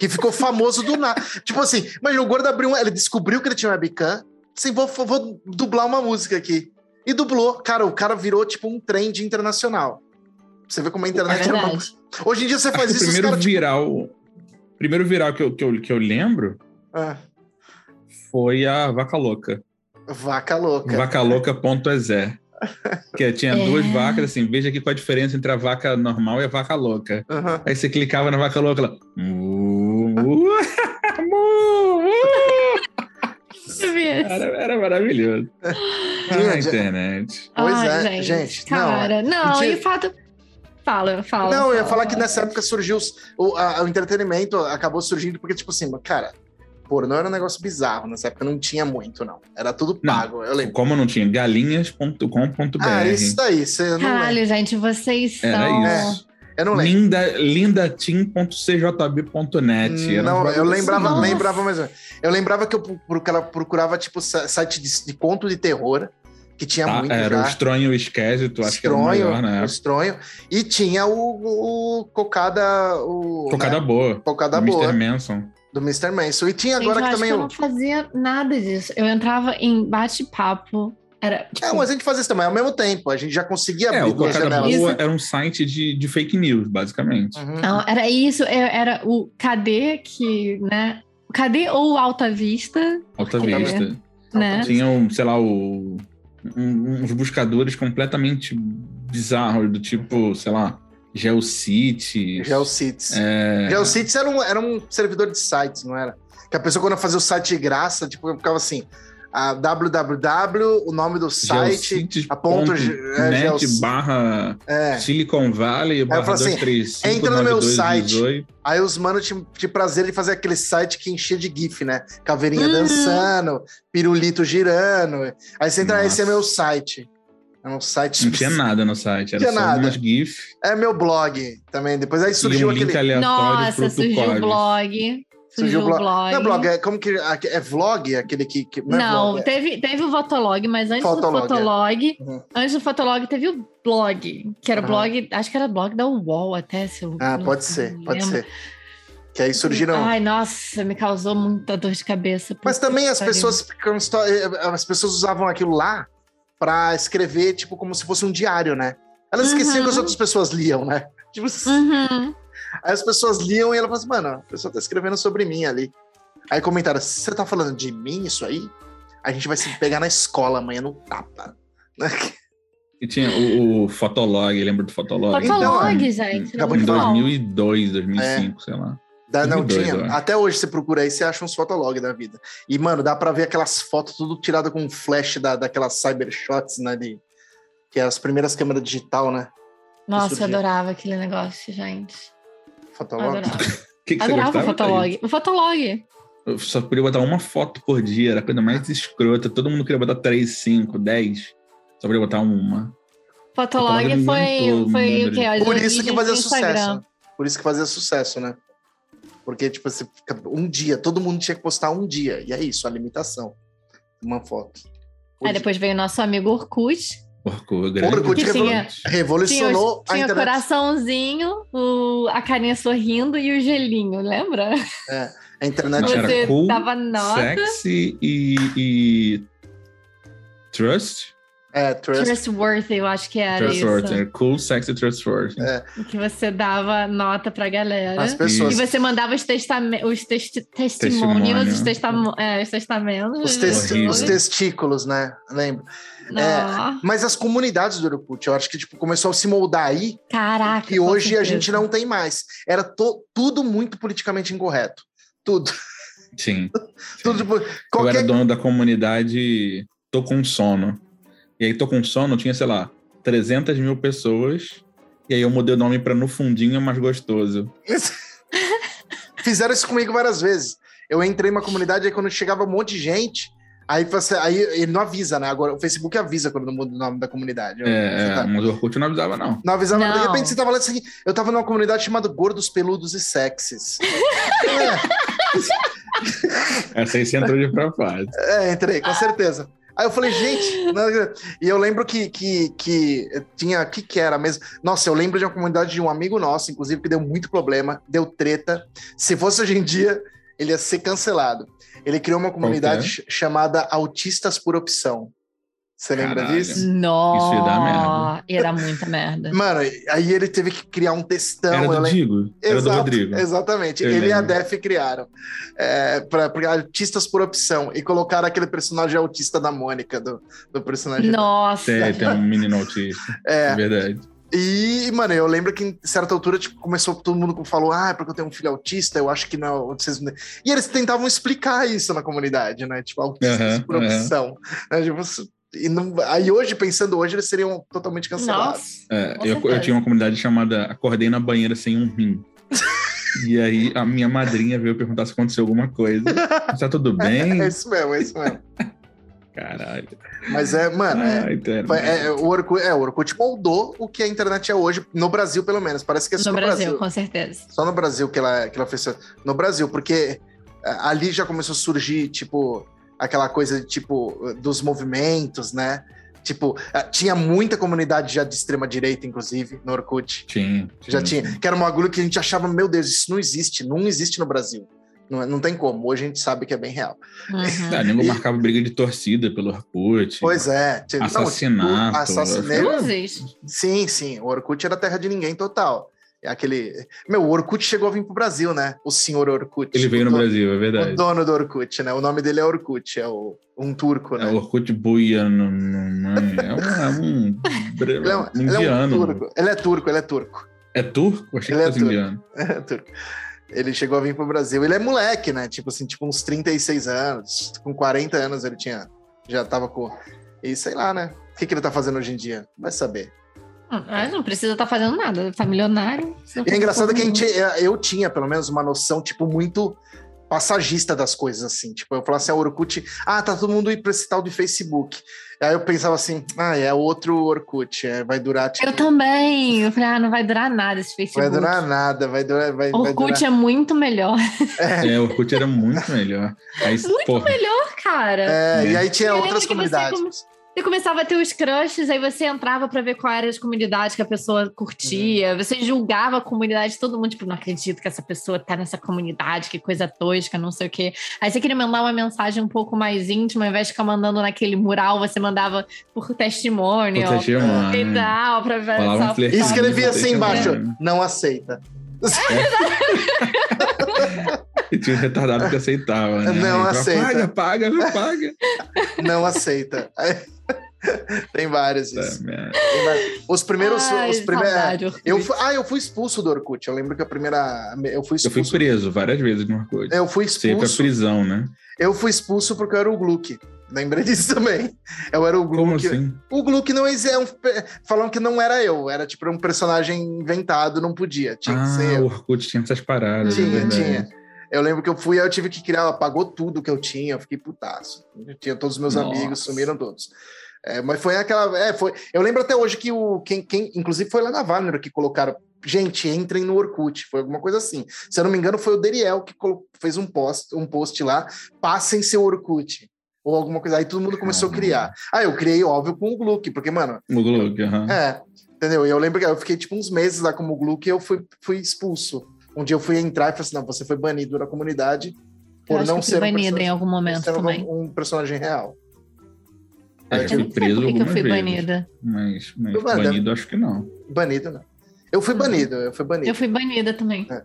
S3: que ficou famoso do nada. Tipo assim, imagina, o gordo abriu um. Ele descobriu que ele tinha webcam. Assim, vou, vou- vou dublar uma música aqui. E dublou. Cara, o cara virou tipo um trend internacional. Você vê como a internet um
S2: É
S3: era uma...
S2: verdade.
S3: Hoje em dia você faz
S1: Acho que
S3: isso,
S1: o
S3: os
S1: primeiro
S3: caras. Tipo,
S1: viral. o primeiro viral que eu, que, eu, que eu lembro
S3: ah,
S1: foi a Vaca Louca.
S3: vaca louca.
S1: Vacalouca.exe. Que tinha duas
S2: É.
S1: vacas, assim, veja aqui qual a diferença entre a vaca normal e a vaca louca.
S3: Aham.
S1: Aí você clicava na vaca louca, ela. "Uh, "Mu, mu, mu, mu".
S2: Deixa eu ver.
S1: Era, era maravilhoso. Ah,
S3: Gente, é
S1: internet.
S3: Pois
S2: Ai,
S3: é,
S2: gente.
S3: gente, não, é
S2: Cara, não,
S3: Mentira.
S2: e o fato. Fala, fala.
S3: Não, eu ia
S2: fala.
S3: falar que nessa época surgiu os- o, a- o entretenimento, acabou surgindo porque, tipo assim, cara, pornô era um negócio bizarro. Nessa época não tinha muito, não. Era tudo
S1: Não.
S3: pago, eu lembro.
S1: Como não tinha? Galinhas.com.br.
S3: Ah, isso daí, você não lembra.
S2: Caralho, gente, vocês são.
S1: Era É, isso.
S3: Eu não lembro.
S1: Linda, lindatim.cjb.net. Era um
S3: Não,
S1: bagulho
S3: eu lembrava,
S1: assim.
S2: Nossa.
S3: lembrava mais ou menos. Eu lembrava que eu pro- procura- procurava, tipo, sa- site de, de conto de terror, que tinha
S1: Tá,
S3: é muito
S1: era o
S3: já.
S1: estranho e o esquésito, acho que era o melhor né? na
S3: Estronho,
S1: época.
S3: estronho. E tinha o, o Cocada. O,
S1: Cocada
S3: né?
S1: boa.
S3: Cocada
S1: do
S3: boa,
S1: Mr. Manson.
S3: do Mr. Manson. E tinha
S2: Gente,
S3: É, agora
S2: eu
S3: que
S2: acho
S3: também.
S2: que eu
S3: o-
S2: não fazia nada disso. Eu entrava em bate-papo. Era tipo,
S3: É, mas a gente fazia isso também ao mesmo tempo. A gente já conseguia
S1: É,
S3: abrir
S1: o
S3: duas
S1: Cocada
S3: janelas.
S1: Boa
S2: Isso.
S1: era um site de, de fake news, basicamente.
S3: Uhum.
S2: Não, era isso, eu- era o cadê que, né? O Cadê ou o Alta Vista,
S1: Alta
S2: Porque-
S1: vista.
S2: né?
S3: Alta
S1: Tinha, um, sei lá, o, um- uns buscadores completamente bizarros, do tipo, sei lá, Geocities.
S3: GeoCities.
S1: É,
S3: GeoCities era um, era um servidor de sites, não era? Que a pessoa, quando fazia o site de graça, tipo, ficava assim: a www, o nome
S1: é
S3: do site.
S1: Geocities
S3: a ponto
S1: ponto
S3: ge- é,
S1: net
S3: Geoc-
S1: barra
S3: É.
S1: Silicon Valley barra
S3: falo assim,
S1: 235
S3: entra no meu
S1: 92,
S3: site.
S1: 18.
S3: Aí os manos tinham tinham prazer de fazer aquele site que enchia de GIF, né? Caveirinha
S2: Uhum.
S3: dançando, pirulito girando. Aí você entra, esse é
S1: Nossa.
S3: meu site. É um site.
S1: Não tinha nada no site, era
S3: Tinha
S1: só
S3: nada.
S1: umas GIFs
S3: É meu blog também. Depois aí
S1: e
S3: surgiu
S1: um
S3: aquele.
S1: link aleatório
S2: Nossa,
S1: pro
S2: surgiu o
S1: Tucoris.
S2: blog. Surgiu
S3: Surgiu o
S2: o
S3: blog.
S2: blog.
S3: Não é blog, é como que. É vlog? Aquele que. que- não, é
S2: Não,
S3: vlog, é-
S2: teve, teve o Fotolog, mas antes
S3: Fotolog,
S2: do Fotolog,
S3: é. Uhum.
S2: antes do Fotolog teve o blog, que era o
S3: Uhum.
S2: blog, acho que era blog da UOL até, se eu
S3: Ah,
S2: não
S3: pode ser,
S2: me
S3: pode
S2: lembro.
S3: ser. Que aí surgiram.
S2: Ai, nossa, me causou muita dor de cabeça.
S3: Mas
S2: Puta
S3: também
S2: que
S3: as
S2: pariu.
S3: pessoas ficam esto- eh, as pessoas usavam aquilo lá pra escrever, tipo, como se fosse um diário, né? Elas esqueciam
S2: Uhum.
S3: que as outras pessoas liam, né? Tipo,
S2: Uhum.
S3: aí as pessoas liam e elas falam assim, mano, a pessoa tá escrevendo sobre mim ali. Aí comentaram, você tá falando de mim isso aí? A gente vai se pegar na escola amanhã no tapa.
S1: E tinha o, o Fotolog, lembra do Fotolog?
S2: Fotolog,
S1: Então,
S2: gente. é
S3: é. acabou
S1: Em
S3: de falar.
S1: 2002, 2005, sei lá.
S3: Da, não
S1: 2002, eu
S3: tinha.
S1: acho.
S3: Até hoje você procura aí, você acha uns fotolog da vida. E, mano, dá pra ver aquelas fotos tudo tirada com um flash da, daquelas cybershots, né? De, que é as primeiras câmeras digital, né?
S1: um
S2: Nossa, eu
S3: surgiu.
S2: adorava aquele negócio, gente.
S3: Fotolog.
S2: Adorava.
S1: O que, que você
S2: Adorava o
S1: gostava?
S2: Fotolog. O Fotolog.
S1: Eu só podia botar uma foto por dia, era a coisa mais escrota. Todo mundo queria botar 3, 5, 10. Só podia botar uma. Fotolog
S2: Fotolog foi,
S1: inventou
S2: foi
S1: um
S2: o quê? As
S3: Por isso que
S2: origens
S3: fazia
S2: do
S3: sucesso.
S2: Instagram.
S3: né? Por isso que fazia sucesso, né? Porque, tipo, você fica um dia, todo mundo tinha que postar um dia. E é isso, a limitação. Uma foto.
S2: Aí É, depois veio o nosso amigo Orkut.
S1: Porco,
S3: Orkut
S2: Que tinha- Tinha,
S3: Revolucionou
S2: os- tinha
S3: a
S2: o
S3: internet.
S2: coraçãozinho, o, a carinha sorrindo e o gelinho, lembra?
S3: A internet
S1: Não,
S3: era...
S1: era
S2: Você
S1: cool,
S2: dava nota.
S1: Sexy e, e. Trust?
S3: É, trust.
S2: Trustworthy, eu acho que era
S1: Trustworthy.
S2: isso.
S1: era Cool, sexy, trustworthy.
S3: É.
S2: Que você dava nota pra galera.
S3: As pessoas.
S2: E você mandava os, testame- os testi-
S1: Testemunho.
S2: testemunhos, os, testamo- é, os testamentos.
S3: Os, tes-
S1: Horrível.
S3: os testículos, né? Lembro.
S2: Não.
S3: é. Mas as comunidades do Orkut, eu acho que tipo, começou a se moldar aí
S2: Caraca.
S3: e
S2: com
S3: hoje a
S2: certeza.
S3: gente não tem mais. Era to- tudo muito politicamente incorreto. Tudo.
S2: É.
S1: Sim.
S3: tudo tipo,
S1: Eu era
S3: qualquer...
S1: dono da comunidade Tô com sono. E aí, Tô com sono tinha, sei lá, 300 mil pessoas. E aí eu mudei o nome pra No Fundinho é Mais Gostoso.
S3: Fizeram isso comigo várias vezes. Eu entrei numa comunidade, aí quando chegava um monte de gente, aí, você- aí ele não avisa, né? Agora o Facebook avisa quando muda o nome da comunidade. Você
S1: É,
S3: tá-
S1: é, mas o Orkut não avisava, não.
S3: Não avisava.
S2: Não.
S3: De repente você tava lá assim, eu tava numa comunidade chamada Gordos, Peludos e Sexys. É.
S1: Essa aí você entrou de pra fase.
S3: é, é, entrei, com certeza. Aí eu falei, gente, não acredito. e eu lembro que, que, que tinha, o que que era mesmo? Nossa, eu lembro de uma comunidade de um amigo nosso, inclusive, que deu muito problema, deu treta. Se fosse hoje em dia, ele ia ser cancelado. Ele criou uma comunidade ch- chamada Autistas por Opção. Você lembra
S1: Caralho.
S3: disso?
S2: Nossa,
S1: ia dar merda.
S2: ia dar muita merda.
S3: Mano, aí ele teve que criar um textão.
S1: Era
S3: eu
S1: do
S3: lem-
S1: Digo? Era do
S3: Exato,
S1: Rodrigo?
S3: Exatamente.
S1: Eu
S3: Ele e a
S1: lembro.
S3: Def criaram. É, pra, pra artistas por opção. E colocaram aquele personagem autista da Mônica, do, do personagem.
S2: Nossa.
S1: Tem, tem um menino autista, é
S3: É,
S1: verdade.
S3: e, mano, eu lembro que em certa altura, tipo, começou todo mundo com- falou, ah, é porque eu tenho um filho autista, eu acho que não. é autismo." E eles tentavam explicar isso na comunidade, né? Tipo, autistas
S1: Aham,
S3: por
S1: aham.
S3: opção. Né? Tipo, isso- e não- aí hoje, pensando hoje, eles seriam totalmente cancelados.
S2: Nossa.
S1: É,
S2: Com
S1: eu, eu
S2: certeza.
S1: tinha uma comunidade chamada Acordei na Banheira Sem um Rim. E aí a minha madrinha veio perguntar se aconteceu alguma coisa. Tá tudo
S3: É
S1: bem?
S3: isso mesmo, é isso mesmo.
S1: Caralho.
S3: Mas é, mano, é,
S1: Ai, cara.
S3: Foi- É, é, o Orkut, é, o Orkut moldou o que a internet é hoje, no Brasil, pelo menos. Parece que é só
S2: No
S3: no, Brasil.
S2: Brasil, com certeza.
S3: Só no Brasil que ela, que ela fez. isso. No Brasil, porque é, ali já começou a surgir, tipo, aquela coisa de, tipo, dos movimentos, né? Tipo, é, tinha muita comunidade já de extrema-direita, inclusive, no Orkut.
S1: Tinha.
S3: Já tinha. Que era um bagulho que a gente achava, meu Deus, isso não existe, não existe no Brasil. Não, é- não tem como. Hoje a gente sabe que é bem real.
S2: Uhum.
S1: Ah, nego marcava briga de torcida pelo Orkut.
S3: Pois é. tinha- não, tipo,
S1: Assassinato.
S3: assassinato.
S2: Cruzes.
S3: Sim, sim. O Orkut era terra de ninguém total. É aquele. Meu, o Orkut chegou a vir pro Brasil, né? O senhor Orkut.
S1: Ele veio
S3: o
S1: no
S3: dono-
S1: Brasil, é
S3: O
S1: verdade.
S3: dono do Orkut, né? O nome dele é Orkut, é o, um turco,
S1: É
S3: né?
S1: o Orkut Buiano. É um, é um,
S3: Ele é, um- ele é um
S1: indiano.
S3: turco. Ele é turco, ele é turco.
S1: é turco? Achei que
S3: Ele é
S1: fosse
S3: turco.
S1: indiano.
S3: É turco. Ele chegou a vir pro Brasil. Ele é moleque, né? Tipo assim, tipo uns 36 anos. Com 40 anos ele tinha. Já tava com. E sei lá, né? O que, que ele tá fazendo hoje em dia? Vai saber.
S2: Ah, não precisa estar fazendo nada, tá milionário.
S3: E é engraçado que a gente, eu tinha, pelo menos, uma noção, tipo, muito passagista das coisas, assim. Tipo, eu falava assim, ah, Orkut, ah, tá todo mundo indo pra esse tal de Facebook. Aí eu pensava assim, ah, é outro Orkut, é, vai durar, tipo,
S2: Eu também. Eu falei, ah, não vai durar nada esse
S3: vai
S2: um Facebook.
S3: durar nada, vai durar, vai, vai durar.
S2: Orkut é muito melhor.
S1: É, o Orkut era muito melhor. Aí,
S2: Muito
S1: porra,
S2: melhor, cara.
S3: É, e aí
S2: né? Eu
S3: tinha
S2: lembro
S3: outras
S2: que você
S3: comunidades.
S2: come- Você começava a ter os crushes, aí você entrava pra ver qual era as comunidades que a pessoa curtia.
S3: Uhum.
S2: Você julgava a comunidade, todo mundo, tipo, não acredito que essa pessoa tá nessa comunidade, que coisa tosca, não sei o quê. Aí você queria mandar uma mensagem um pouco mais íntima, ao invés de ficar mandando naquele mural, você mandava por testemunho.
S1: puta, tinha uma-
S2: E tal, pra ver
S1: Falava um
S2: só-
S1: flerte.
S3: E escrevia assim
S1: Deixa eu
S3: embaixo,
S1: ver.
S3: não aceita.
S1: E tinha um retardado que aceitava, né?
S3: Não
S1: Ele falava,
S3: aceita.
S1: Paga, paga, não paga.
S3: Não aceita. Tem vários isso.
S1: Tá, merda.
S3: Tem vários. Os é, primeiros.
S2: Ai,
S3: os primeiros
S2: saudade, Orkut.
S3: eu fui, ah, eu fui expulso do Orkut. Eu lembro que a primeira.
S1: Eu
S3: Eu fui
S1: fui
S3: expulso.
S1: preso várias vezes no Orkut.
S3: Eu fui
S1: Você ia pra
S3: É, expulso.
S1: prisão, né?
S3: Eu fui expulso porque eu era o Gluck. Lembrei disso também. Eu era o Gluck.
S1: Como assim?
S3: O Gluck não exi- é um. Falaram que não era eu. Era tipo um personagem inventado, não podia. Tinha que ser
S1: Ah, o
S3: eu.
S1: Orkut tinha essas paradas.
S3: Tinha,
S1: é verdade.
S3: tinha. Eu lembro que eu fui, aí eu tive que criar, ela apagou tudo que eu tinha, eu fiquei putaço. Eu tinha todos os meus
S1: Nossa.
S3: amigos, sumiram todos. É, mas foi aquela. É, foi, eu lembro até hoje que o. Quem, quem, inclusive foi lá na Wagner que colocaram. Gente, entrem no Orkut. Foi alguma coisa assim. Se eu não me engano, foi o Deriel que colo- fez um post, um post lá. Passem seu Orkut. Ou alguma coisa. Aí todo mundo começou a
S1: Caramba.
S3: criar. Ah, eu criei, óbvio, com o Gluck, porque, mano,
S1: O Glock, aham.
S3: é, entendeu? E eu lembro que eu fiquei tipo uns meses lá como Gluck e eu fui, fui expulso. Um dia eu fui entrar e falei assim: não, você foi banido da comunidade
S2: Eu
S3: por
S2: acho
S3: não
S2: que eu fui
S3: ser, um,
S2: banida em
S3: personagem,
S2: algum
S3: não
S2: momento
S3: ser
S2: também.
S3: um, um personagem real.
S1: É,
S3: eu
S1: eu fui
S2: Não
S1: preso
S2: sei por que que eu
S1: algumas
S2: fui
S1: vezes.
S2: banida.
S1: Mas, mas
S3: Eu mandava.
S1: banido, acho que não.
S3: Banido, não. Eu fui
S2: Hum.
S3: banido, eu fui banido.
S2: Eu fui banida também.
S3: É,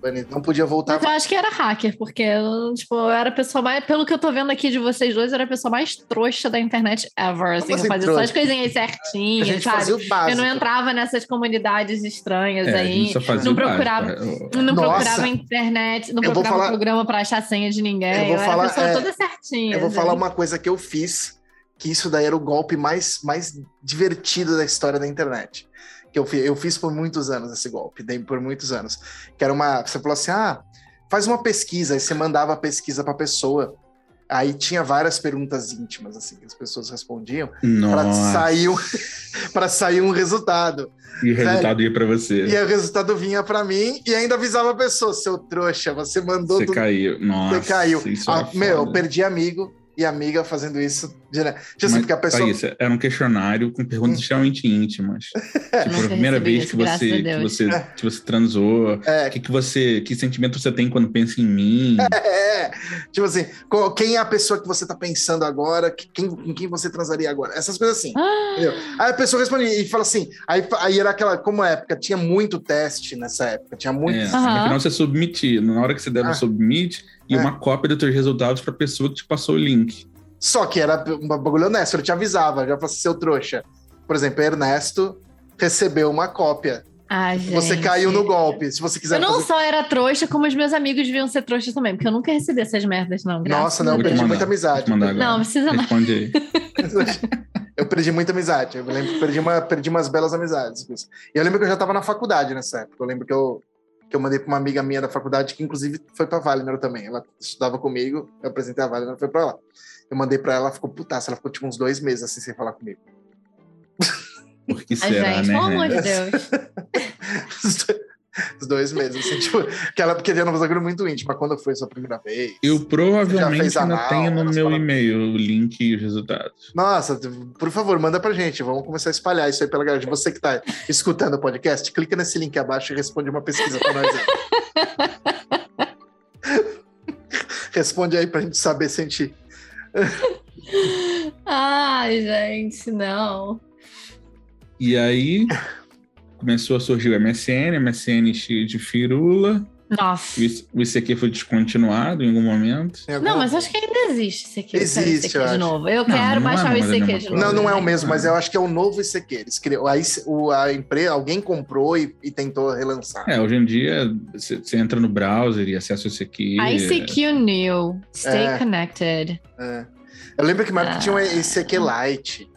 S3: banido. Não podia voltar.
S2: Mas eu acho que era hacker, porque eu, tipo, eu era a pessoa mais. Pelo que eu tô vendo aqui de vocês dois, eu era a pessoa mais trouxa da internet ever. Assim,
S3: Como assim,
S2: eu fazia só as
S3: trouxa?
S2: coisinhas
S3: a
S2: certinhas,
S3: gente
S2: sabe?
S3: fazia o
S2: Eu
S3: básico.
S2: não entrava nessas comunidades estranhas
S1: É, a gente
S2: aí.
S1: só fazia
S2: não
S1: o básico,
S2: procurava.
S1: é, o-
S2: Não
S3: Nossa.
S2: procurava internet, não
S3: Eu vou
S2: procurava
S3: falar-
S2: programa pra achar a senha de ninguém.
S3: Eu
S2: Eu,
S3: vou
S2: era
S3: falar,
S2: a pessoa
S3: é,
S2: toda certinha. assim.
S3: Eu vou
S2: sabe?
S3: falar uma coisa que eu fiz que isso daí era o golpe mais, mais divertido da história da internet. Que eu, fi- eu fiz por muitos anos esse golpe, dei por muitos anos. Que era uma. Você falou assim: ah, faz uma pesquisa, aí você mandava a pesquisa pra pessoa. Aí tinha várias perguntas íntimas, assim, que as pessoas respondiam para
S1: Nossa.
S3: sair, um, pra sair um resultado.
S1: E o resultado ia pra você.
S3: E é aí o resultado vinha pra mim e ainda avisava a pessoa, seu trouxa, você mandou
S1: Você
S3: do
S1: caiu. Nossa.
S3: você caiu.
S1: Isso
S3: Ah,
S1: era
S3: meu, eu
S1: foda.
S3: perdi amigo e amiga fazendo isso direto. Tipo assim,
S1: Mas,
S3: porque a pessoa. Hum.
S1: Thaís, era um questionário com perguntas extremamente íntimas. Tipo, a
S2: Nunca
S1: primeira
S2: recebi
S1: vez
S2: isso,
S1: que
S2: graças
S1: você,
S2: a
S1: que,
S2: Deus.
S1: você, que você transou,
S3: É,
S1: o que, que você. Que sentimento você tem quando pensa em mim?
S3: é, tipo assim, co- quem é a pessoa que você tá pensando agora? Que- Quem, com quem você transaria agora? Essas coisas assim.
S2: Ah,
S3: Entendeu? Aí a pessoa responde e fala assim. Aí, fa- aí era aquela, como época, tinha muito teste nessa época, tinha muito.
S1: É,
S2: Aham.
S1: Afinal, você submitir. Na hora que você der no
S3: Ah.
S1: submit, e
S3: É.
S1: uma cópia dos teus resultados para a pessoa que te passou o link.
S3: Só que era um bagulho honesto, ele te avisava, já falava assim, seu trouxa. Por exemplo, Ernesto recebeu uma cópia.
S2: ah,
S3: Você
S2: gente.
S3: caiu no golpe. Se você quiser
S2: Eu não
S3: fazer-
S2: só era trouxa, como os meus amigos deviam ser trouxas também, porque eu nunca recebi essas merdas, não. graças
S3: Nossa,
S2: a
S3: não, eu
S1: Vou te
S2: Deus.
S3: perdi
S1: mandar,
S3: muita amizade.
S1: Vou te mandar agora.
S2: Não, precisa mais.
S1: Responde aí.
S3: Eu perdi muita amizade. Eu lembro que perdi, uma, perdi umas belas amizades. com isso. E eu lembro que eu já estava na faculdade nessa época. Eu lembro que eu, que eu mandei para uma amiga minha da faculdade, que inclusive foi para Valinor também. Ela estudava comigo, eu apresentei a Valinor, foi para lá. Eu mandei para ela, ela ficou putaça. Ela ficou tipo uns dois meses assim, sem falar comigo.
S1: Porque
S2: Ai,
S1: será,
S2: gente,
S1: né?
S2: pelo amor
S1: Renan?
S2: de Deus.
S3: Os dois- Os dois meses, assim, tipo, que ela porque era um bagulho muito íntimo. Mas quando foi sua primeira vez?
S1: Eu
S3: Já
S1: provavelmente
S3: fez
S1: ainda
S3: anal,
S1: tenho no
S3: elas
S1: meu
S3: falam-
S1: e-mail o link e os resultados.
S3: Nossa, por favor, manda pra gente. Vamos começar a espalhar isso aí pela galera. Você que tá escutando o podcast, clica nesse link abaixo e responde uma pesquisa pra nós. aí. responde aí pra gente saber se a gente.
S2: Ai, gente, não.
S1: E aí começou a surgir o MSN, MSN cheio de firula.
S2: Nossa.
S1: O IC- O ICQ foi descontinuado em algum momento.
S3: tem alguma-
S2: Não, mas acho que ainda existe esse aqui.
S3: Existe,
S2: esse
S3: eu
S2: aqui de
S3: acho.
S2: novo. Eu
S1: é Não,
S2: quero
S1: não é mais
S2: baixar o
S1: a mesma
S2: ICQ de novo.
S1: coisa.
S3: Não, não é o mesmo, mas eu acho que é o novo ICQ. Eles criam, aí o, a empresa, alguém comprou e, e tentou relançar.
S1: É, hoje em dia você você entra no browser e acessa o ICQ.
S2: ICQ New. Stay
S3: É.
S2: connected.
S3: É. Eu lembro que uma época
S2: Ah.
S3: tinha um ICQ Lite.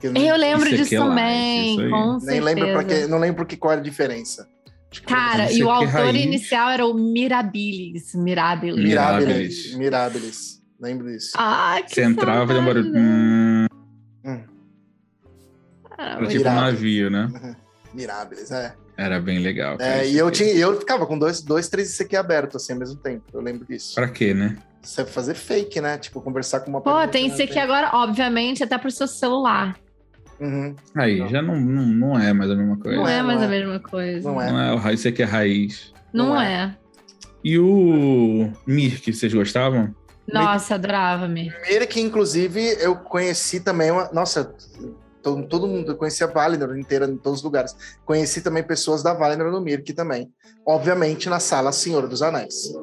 S3: que nem-
S2: Eu lembro
S1: ICQ
S2: disso
S1: Live, isso aí.
S2: também. Com
S3: Hum. nem
S2: certeza.
S3: lembro pra que, não lembro que, qual era a diferença. Acho que-
S2: Cara, e
S1: ICQ
S2: o autor
S1: raiz.
S2: inicial era o Mirabilis. Mirabilis.
S3: Mirabilis. Mirabilis. Lembro disso.
S2: Ah, que
S1: Você entrava e deu um barulho.
S2: saudade.
S1: Hum,
S3: Hum,
S1: era
S2: Caramba.
S1: tipo um
S3: Irado.
S1: navio, né?
S3: Mirabilis, é.
S1: Era bem legal. cara,
S3: É, e eu,
S1: ICQ.
S3: tinha, eu ficava com dois, dois três ICQ abertos assim ao mesmo tempo. Eu lembro disso.
S1: Pra quê, né?
S3: Você fazer fake, né? Tipo, conversar com uma
S2: Pô, tem
S3: né?
S2: ICQ agora, obviamente, até pro seu celular.
S3: Uhum.
S1: Aí
S3: Não.
S1: já não, não, não é mais a mesma coisa.
S2: Não
S1: Não é,
S2: é,
S3: não
S2: mais
S3: é.
S2: a mesma coisa.
S3: Não é.
S1: o raiz, ICQ raiz.
S2: Não
S3: Não
S2: é.
S1: E o Mirk, vocês gostavam?
S2: Nossa, adorava-me.
S3: Primeiro que, inclusive, eu conheci também uma. Nossa, todo, todo mundo, eu conheci a Valinor inteira em todos os lugares. Conheci também pessoas da Valinor no Mirk também. Obviamente, na sala Senhor dos Anéis.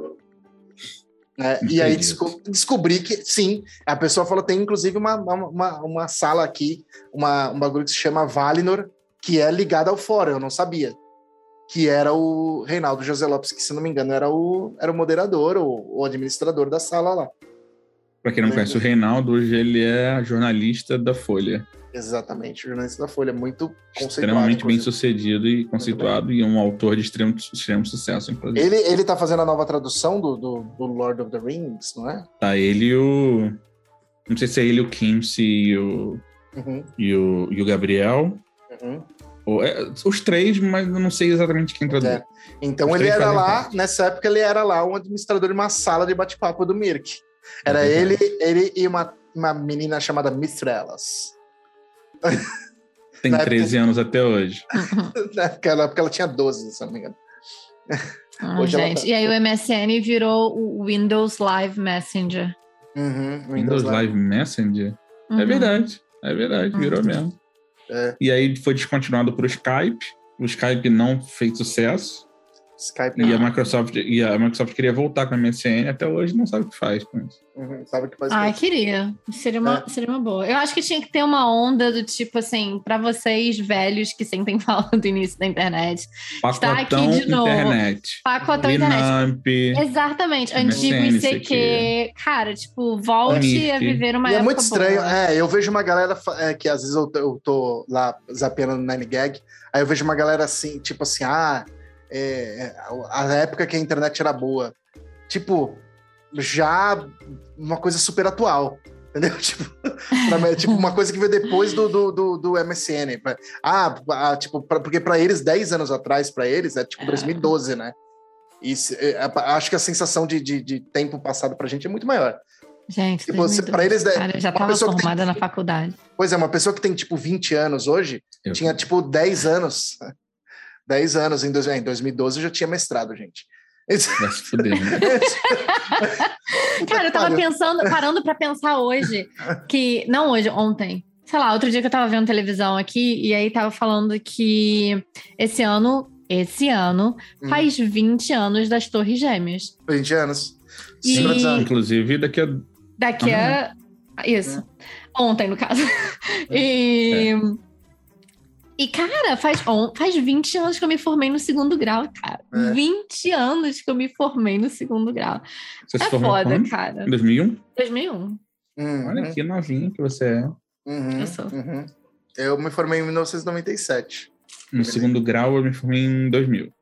S3: Né? e aí
S1: Acredito.
S3: desco- descobri que, sim, a pessoa falou: tem inclusive uma, uma, uma- uma sala aqui, uma, um bagulho que se chama Valinor, que é ligado ao fórum, eu não sabia. Que era o Reinaldo José Lopes, que, se não me engano, era o, era o moderador ou o administrador da sala lá.
S1: Pra quem não
S3: Lembro.
S1: conhece o Reinaldo, hoje ele é jornalista da Folha.
S3: Exatamente, o jornalista da Folha, muito conceituado.
S1: Extremamente bem
S3: inclusive.
S1: sucedido e conceituado e um autor de extremo, extremo sucesso, inclusive.
S3: Ele, ele tá fazendo a nova tradução do, do, do Lord of the Rings, não é?
S1: Tá, ele e o. Não sei se é ele, o Kimsey e o,
S3: Uhum,
S1: e o, e o Gabriel.
S3: uhum.
S1: Ou, é, os três, mas eu não sei exatamente quem traduz.
S3: É. Então
S1: Os
S3: ele
S1: três
S3: era
S1: fazem
S3: lá,
S1: parte.
S3: nessa época ele era lá um administrador de uma sala de bate-papo do Mirk. Era
S1: É
S3: ele,
S1: verdade.
S3: ele e uma, uma menina chamada Mistrelas.
S1: Tem
S3: Na época-
S1: 13 anos até hoje.
S3: Naquela época ela tinha 12, se não me engano.
S2: Ah,
S3: Hoje ela
S2: gente.
S3: tá-
S2: E aí o MSN virou o Windows Live Messenger.
S3: Uhum, Windows
S1: Windows
S3: Live.
S1: Live Messenger. É
S2: Uhum.
S1: verdade. É verdade, virou
S2: Uhum.
S1: mesmo.
S3: É.
S1: E aí foi descontinuado por Skype. O Skype não fez sucesso.
S3: Skype. né?
S2: Ah.
S1: E a, Microsoft, e a Microsoft queria voltar com a MSN, até hoje não sabe o que faz com isso.
S3: Uhum, sabe o que faz
S2: Ah,
S3: com
S2: queria. Seria
S3: É.
S2: uma, seria uma boa. Eu acho que tinha que ter uma onda do tipo assim, pra vocês velhos que sentem falta do início da internet. Está aqui
S1: Pacotão
S2: de novo.
S1: internet.
S2: Pacotão internet.
S1: Linamp.
S2: Exatamente.
S1: MSN,
S2: Antigo ICQ.
S1: ICQ.
S2: Cara, tipo, volte
S1: Nick.
S2: a viver uma
S3: E é
S2: época
S3: muito estranho.
S2: boa.
S3: É, eu vejo uma galera fa- é, que às vezes eu, tô- eu tô lá zapeando no Nine Gag, aí eu vejo uma galera assim, tipo assim, ah, é, a época que a internet era boa. Tipo, já uma coisa super atual. Entendeu? Tipo, pra mim, é tipo, uma coisa que veio depois do, do, do, do MSN. Ah, ah, tipo, pra- porque pra eles, 10 anos atrás, pra eles, é tipo 2012, né? E se- é, é, acho que a sensação de, de, de tempo passado pra gente é muito maior.
S2: Gente,
S3: Se você-
S2: 2012,
S3: pra eles, né,
S2: cara, eu já
S3: uma
S2: tava
S3: pessoa que tem-
S2: formada na faculdade.
S3: Pois é, uma pessoa que tem tipo 20 anos hoje
S1: Eu-
S3: tinha tipo 10 anos. 10 anos em, dois, é, em 2012 eu já tinha mestrado, gente.
S1: Vai se fuder, né?
S2: Cara, eu tava
S3: Olha.
S2: pensando, parando pra pensar hoje, que. Não hoje, ontem. Sei lá, outro dia que eu tava vendo televisão aqui, e aí tava falando que esse ano, esse ano,
S3: Hum.
S2: faz 20 anos das Torres Gêmeas.
S3: 20 anos.
S2: E-
S3: Sincronizado.
S1: Inclusive, daqui a.
S2: Daqui a.
S1: Ah.
S2: Isso. Ontem, no caso. E.
S1: É.
S2: E, cara, faz, on- faz 20 anos que eu me formei no segundo grau, cara.
S3: É.
S2: 20 anos que eu me formei no segundo grau.
S1: Você se
S2: É
S1: formou
S2: foda,
S1: quando?
S2: cara.
S1: Em 2001?
S2: 2001.
S3: Uhum,
S1: Olha que novinho que você é.
S3: uhum,
S2: Eu sou.
S3: uhum. Eu me formei em 1997.
S1: No segundo grau, eu me formei em 2000.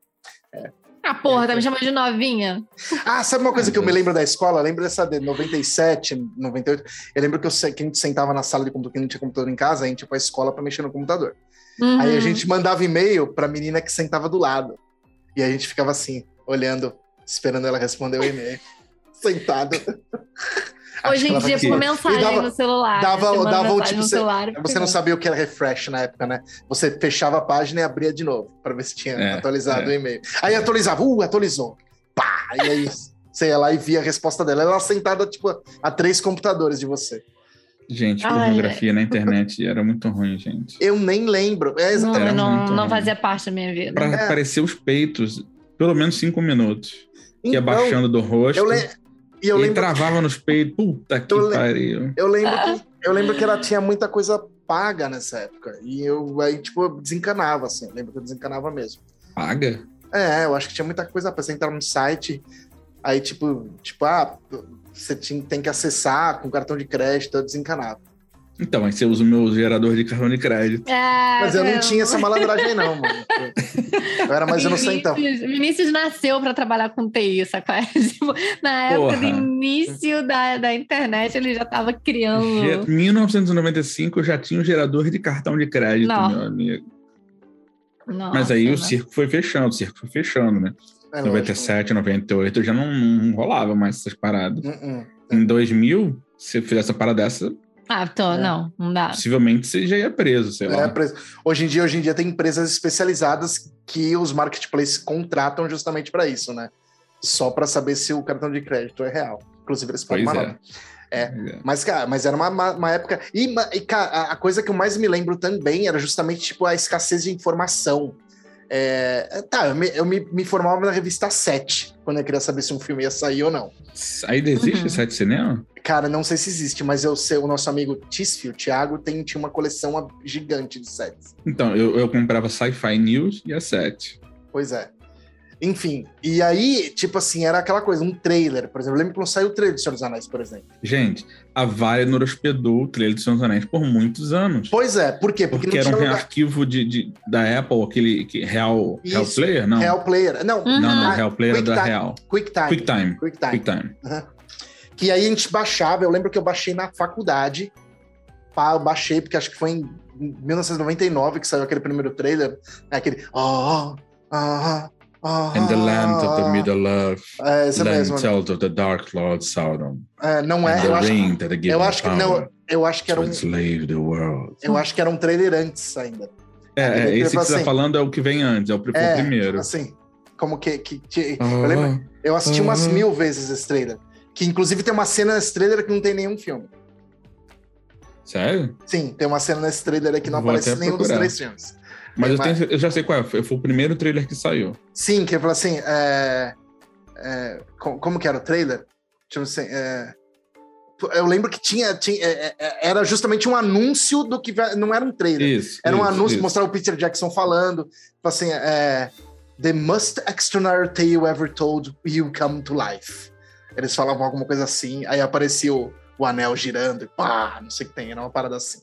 S2: Ah,
S1: É,
S2: porra, tá me chamando de novinha?
S3: Ah, sabe uma coisa
S1: Ai,
S3: que eu me
S1: Deus.
S3: lembro da escola? Lembra dessa de 97, 98? Eu lembro que, eu, se- que a gente sentava na sala de computador, que não tinha computador em casa, a gente ia pra escola pra mexer no computador. Aí a
S2: Uhum.
S3: gente mandava e-mail pra menina que sentava do lado. E a gente ficava assim, olhando, esperando ela responder o e-mail. Sentado. Acho
S2: Hoje
S3: que
S2: em
S3: ela vai
S2: dia,
S3: dizer.
S2: por
S3: E
S2: mensagem
S3: dava-
S2: no celular. né?
S3: dava-
S2: você manda
S3: dava o
S2: mensagem
S3: tipo,
S2: no
S3: você-
S2: celular,
S3: Você não sabia o que era refresh na época, né? Você fechava a página e abria de novo pra ver se tinha
S1: É,
S3: atualizado
S1: é.
S3: o e-mail. Aí atualizava, uh, atualizou. Pá! E aí você ia lá e via a resposta dela. Ela sentada, tipo, a três computadores de você.
S1: Gente,
S2: Ai,
S1: pornografia na internet era muito ruim, gente.
S3: Eu nem lembro. É exatamente.
S1: Era
S2: Não, não,
S1: muito
S2: não
S1: ruim.
S2: fazia parte da minha vida.
S1: Pra
S3: É.
S1: aparecer os peitos, pelo menos cinco minutos. Ia
S3: Então,
S1: baixando do rosto.
S3: eu le- E eu
S1: e
S3: lembro
S1: travava nos peitos. Puta que
S3: Eu lembro-
S1: pariu.
S3: Eu lembro, que, eu lembro que ela tinha muita coisa paga nessa época. E eu aí, tipo, eu desencanava, assim. Eu lembro que eu desencanava mesmo.
S1: Paga?
S3: É, eu acho que tinha muita coisa pra você entrar no site. Aí, tipo, tipo, ah, você tinha, tem que acessar com cartão de crédito, eu desencanava.
S1: Então, aí você usa o meu gerador de cartão de crédito.
S2: É,
S3: Mas eu não
S2: meu.
S3: tinha essa malandragem, não, mano. Eu- Eu então. era mais inocentão.
S2: Vinícius, Vinícius nasceu pra trabalhar com TI, sacou? Tipo, na época do
S1: Porra.
S2: início da, da internet, ele já tava criando.
S1: Ge- 1995 eu já tinha um gerador de cartão de crédito,
S2: Não.
S1: meu amigo.
S2: Nossa,
S1: Mas aí
S2: né?
S1: o circo foi fechando, o circo foi fechando, né?
S3: É lógico.
S1: 97, 98 eu já não, não rolava mais essas paradas.
S3: Hum,
S1: Em 2000, se eu fizesse uma parada dessa,
S2: Ah, tô,
S3: É.
S2: não, não dá.
S1: possivelmente você já ia preso, sei
S3: hum. É,
S1: lá.
S3: pre- hoje em dia, hoje em dia tem empresas especializadas que os marketplaces contratam justamente pra isso, né? Só pra saber se o cartão de crédito é real. Inclusive, eles pagam
S1: Pois
S3: uma
S1: é.
S3: nota. É.
S1: Pois é.
S3: Mas, cara, mas era uma, uma, uma época. E, ma- e, cara, a, a coisa que eu mais me lembro também era justamente tipo, a escassez de informação. É, tá, eu, me, eu me, me formava na revista 7, quando eu queria saber se um filme ia sair ou não.
S1: Ainda existe
S2: Uhum.
S1: site cinema?
S3: Cara, não sei se existe, mas eu sei, o nosso amigo Tisfi, o Thiago, tem, tinha uma coleção a- gigante de sets.
S1: Então, eu, eu comprava Sci-Fi News e a 7.
S3: Pois é. Enfim, e aí, tipo assim, era aquela coisa, um trailer, por exemplo. Eu lembro quando saiu o trailer do Senhor dos Anéis, por exemplo.
S1: Gente, a Valinor hospedou o trailer de Senhor dos Anéis por muitos anos.
S3: Pois é, por quê?
S1: Porque era um arquivo de, de- da Apple, aquele que, Real,
S3: Isso.
S1: Real Player? Não.
S3: Real Player. Não,
S1: Não,
S2: Uhum.
S1: não,
S3: Ah,
S1: Real Player é da
S3: QuickTime.
S1: Real.
S3: QuickTime.
S1: QuickTime.
S3: QuickTime.
S1: QuickTime.
S3: Que aí a gente baixava, eu lembro que eu baixei na faculdade. Pá, eu baixei, porque acho que foi em 1999 que saiu aquele primeiro trailer. né, Aquele. Oh, oh, oh, oh,
S1: And the land of the Middle Earth.
S3: É, esse
S1: land
S3: mesmo.
S1: tells of the Dark Lord Sauron.
S3: É, não
S1: and
S3: é,
S1: the
S3: eu acho,
S1: ring that
S3: eu acho que não. Eu acho que era
S1: To
S3: um,
S1: enslave the world.
S3: eu acho que era um trailer antes ainda.
S1: É,
S3: Ele
S1: é,
S3: teve
S1: esse que você tá
S3: assim-
S1: falando é o que vem antes, é o, pri- foi o
S3: É,
S1: primeiro.
S3: Assim, como que. que, que-
S1: Ah,
S3: eu, lembro, eu assisti umas
S1: ah.
S3: mil vezes esse trailer. Que inclusive tem uma cena nesse trailer que não tem nenhum filme.
S1: Sério?
S3: Sim, tem uma cena nesse trailer aí que não
S1: Vou
S3: aparece
S1: até
S3: em nenhum dos
S1: procurar.
S3: três filmes.
S1: Mas,
S3: É,
S1: eu,
S3: mas-
S1: tenho- eu já sei qual é. Foi foi o primeiro trailer que saiu.
S3: Sim, que ele falou assim. é, é, co- como que era o trailer? Deixa eu, ver se- é, eu lembro que tinha. tinha- é, é, era justamente um anúncio do que. vai- Não era um trailer.
S1: Isso.
S3: Era um
S1: isso,
S3: anúncio,
S1: isso.
S3: mostrar o Peter Jackson falando, tipo assim, é, The most extraordinary tale you ever told will come to life. Eles falavam alguma coisa assim, aí aparecia o, o anel girando, e pá, não sei o que tem, era uma parada assim.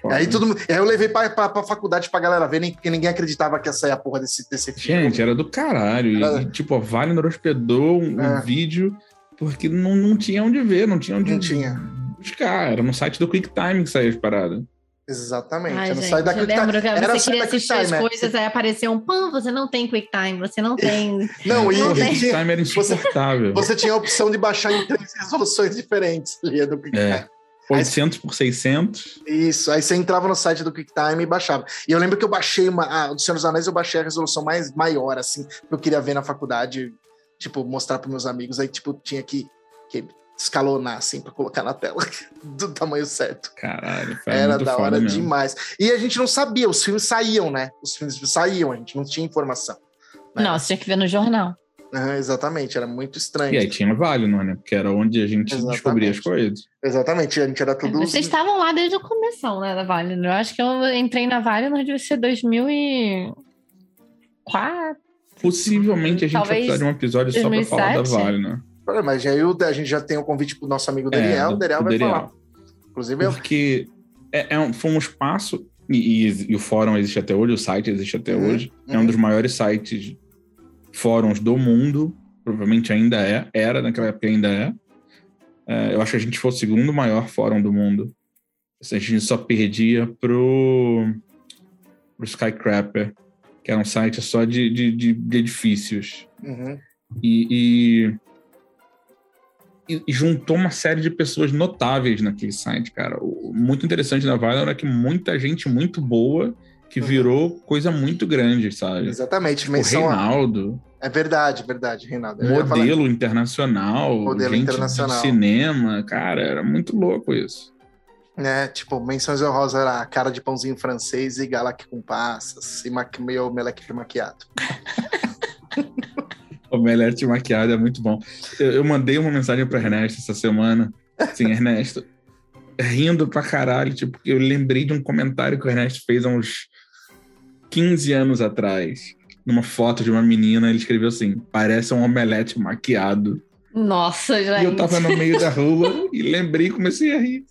S1: Foda.
S3: Aí todo mundo- aí eu levei pra, pra, pra faculdade pra galera ver, nem, porque ninguém acreditava que ia sair a porra desse, desse filme.
S1: Gente, era do caralho. E,
S3: Era-
S1: E, tipo, a Wagner hospedou um, um
S3: É.
S1: vídeo porque não, não tinha onde ver, não tinha onde
S3: Não tinha.
S1: buscar. Era no site do QuickTime que saía as paradas.
S3: Exatamente.
S2: Ai,
S3: eu não
S2: gente, é
S3: saí da
S2: eu
S3: Quick Time.
S2: lembro que
S3: Era
S2: você
S3: sair
S2: queria
S3: da Quick
S2: assistir as
S3: Time, né?
S2: coisas, aí apareceu um pão, você não tem quick time, você não tem.
S3: Não, e,
S1: Porra,
S3: e
S1: o
S3: tinha-
S1: QuickTime era
S3: você-
S1: insuportável.
S3: você tinha a opção de baixar em três resoluções diferentes ali do Quick
S1: É.
S3: Time.
S1: 800 por 600.
S3: Isso, aí você entrava no site do QuickTime e baixava. E eu lembro que eu baixei uma. Ah, do Senhor dos Anéis eu baixei a resolução mais maior, assim, que eu queria ver na faculdade, tipo, mostrar para meus amigos. Aí, tipo, tinha que, que escalonar, assim, pra colocar na tela do tamanho certo.
S1: Caralho, foi
S3: Era
S1: É muito
S3: da
S1: foda
S3: hora
S1: mesmo.
S3: demais. E a gente não sabia, os filmes saíam, né? Os filmes saíam, a gente não tinha informação. né?
S2: Não, você tinha que ver no jornal.
S3: Aham, exatamente, era muito
S1: E
S3: estranho.
S1: aí tinha vale, não é? né? Porque era onde a gente
S3: Exatamente.
S1: descobria as coisas.
S3: Exatamente, a gente era tudo. assim,
S2: Vocês estavam lá desde o começo, né, da Vale? Eu acho que eu entrei na Vale no devia ser 2004.
S1: Possivelmente a gente
S2: Talvez
S1: vai precisar de um episódio só pra falar da
S2: 2007?
S1: Vale, né?
S3: Olha, Mas aí o- a gente já tem o convite pro nosso
S1: É,
S3: amigo Daniel,
S1: do-
S3: o Daniel
S1: do
S3: vai
S1: Deriel.
S3: falar. Inclusive, eu
S1: Porque é, é um, foi um espaço, e, e- e o fórum existe até hoje, o site existe até
S3: Uhum,
S1: hoje. É
S3: uhum.
S1: um dos maiores sites, fóruns do mundo. Provavelmente ainda é, era, naquela época ainda é. É, eu acho que a gente foi o segundo maior fórum do mundo. Assim, A gente só perdia pro, pro Skycrapper, que era um site só de- de- de, de edifícios.
S3: Uhum.
S1: E, e- e- e juntou uma série de pessoas notáveis naquele site, cara. O o muito interessante da Valor é que muita gente muito boa que
S3: Uhum.
S1: virou coisa muito grande, sabe?
S3: Exatamente,
S1: O
S3: menção a-
S1: Reinaldo,
S3: É verdade, verdade, Reinaldo. Eu ia falar-
S1: modelo internacional,
S3: Modelo
S1: gente
S3: internacional.
S1: de cinema, cara, era muito louco isso.
S3: né? Tipo, menções honrosas era cara de pãozinho francês e galac com passas e maqui- meu meleque de maquiado.
S1: Omelete maquiado é muito bom. Eu, eu mandei uma mensagem para Ernesto essa semana, assim, Ernesto, rindo pra caralho, tipo, eu lembrei de um comentário que o Ernesto fez há uns 15 anos atrás, numa foto de uma menina, ele escreveu assim: parece um omelete maquiado.
S2: Nossa,
S1: E
S2: gente.
S1: eu tava no meio da rua e lembrei e comecei a rir.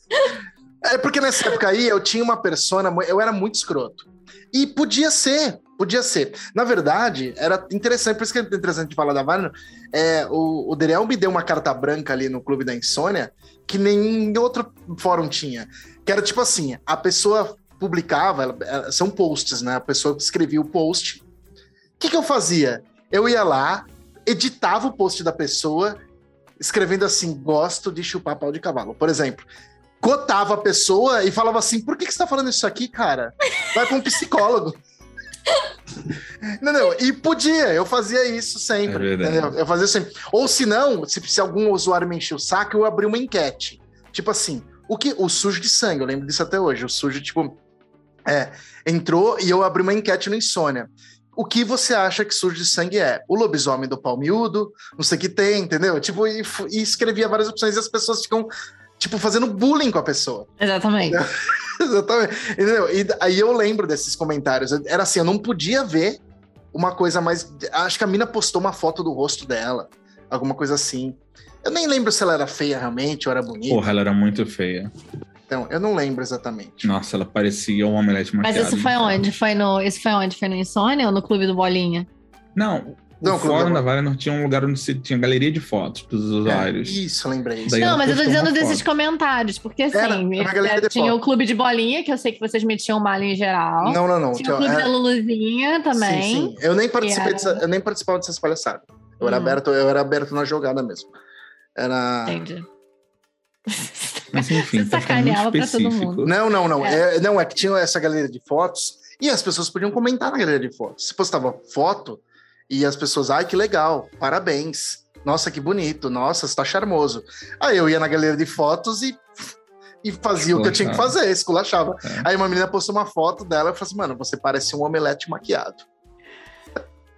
S3: É porque nessa época aí eu tinha uma persona, mu- eu era muito escroto. E podia ser, podia ser. Na verdade, era interessante, por isso que é interessante falar da Wagner. É, o, o Daniel me deu uma carta branca ali no Clube da Insônia que nenhum outro fórum tinha. Que era tipo assim: a pessoa publicava, ela- ela- são posts, né? A pessoa escrevia o post. O que, que eu fazia? Eu ia lá, editava o post da pessoa, escrevendo assim: gosto de chupar pau de cavalo. Por exemplo cotava a pessoa e falava assim: por que, que você tá falando isso aqui, cara? Vai pra um psicólogo. Entendeu? E podia, eu fazia isso
S1: É
S3: sempre.
S1: verdade.
S3: entendeu? Eu fazia sempre. Ou se não, se, se algum usuário me encher o saco, eu abri uma enquete. Tipo assim, o que o sujo de sangue, eu lembro disso até hoje. O sujo, tipo, é, entrou e eu abri uma enquete no Insônia. O que você acha que sujo de sangue é? O lobisomem do pau miúdo, não sei o que tem, entendeu? Tipo, e, fu- e escrevia várias opções e as pessoas ficam, tipo, fazendo bullying com a pessoa.
S2: Exatamente.
S3: Exatamente. Entendeu? E d- aí eu lembro desses comentários. Eu- Era assim, eu não podia ver uma coisa mais. Acho que a mina postou uma foto do rosto dela, alguma coisa assim. Eu nem lembro se ela era feia realmente ou era bonita.
S1: Porra, ela era muito feia.
S3: Então, eu não lembro exatamente.
S1: Nossa, ela parecia um omelete
S2: Mas
S1: maquiado.
S2: isso foi onde? Foi no, isso foi onde? Foi no Insônia ou no Clube do Bolinha?
S1: Não, o
S3: Não, Clube
S1: fórum
S3: da-
S1: da Vale não tinha um lugar onde se tinha galeria de fotos dos usuários.
S3: É, isso, eu lembrei.
S1: Daí ela
S2: não, mas eu tô
S1: postou uma
S2: dizendo desses
S1: foto.
S2: comentários, porque assim,
S3: Era, era a galera de
S2: tinha
S3: foto.
S2: o Clube de Bolinha, que eu sei que vocês metiam malha em geral.
S3: Não, não, não.
S2: Tinha o Clube da
S3: é-
S2: Luluzinha também.
S3: Sim, sim. Eu nem participei
S2: era-
S3: dessa, eu nem participava dessas palhaçadas. Eu era
S2: Hum.
S3: aberto, eu era aberto na jogada mesmo. Era.
S2: Entendi.
S1: Mas enfim,
S2: Você
S1: tá ficando muito
S2: sacaneava pra todo
S1: específico.
S2: mundo.
S3: Não, não, não.
S2: É.
S3: É, não, é que tinha essa galeria de fotos e as pessoas podiam comentar na galeria de fotos. Você postava foto e as pessoas, ai, que legal, tá parabéns. Nossa, que bonito, nossa, está charmoso. Aí eu ia na galeria de fotos e e fazia o que eu tinha que fazer, esculachava.
S1: É.
S3: Aí uma menina postou uma foto dela e falou assim: mano, você parece um omelete maquiado.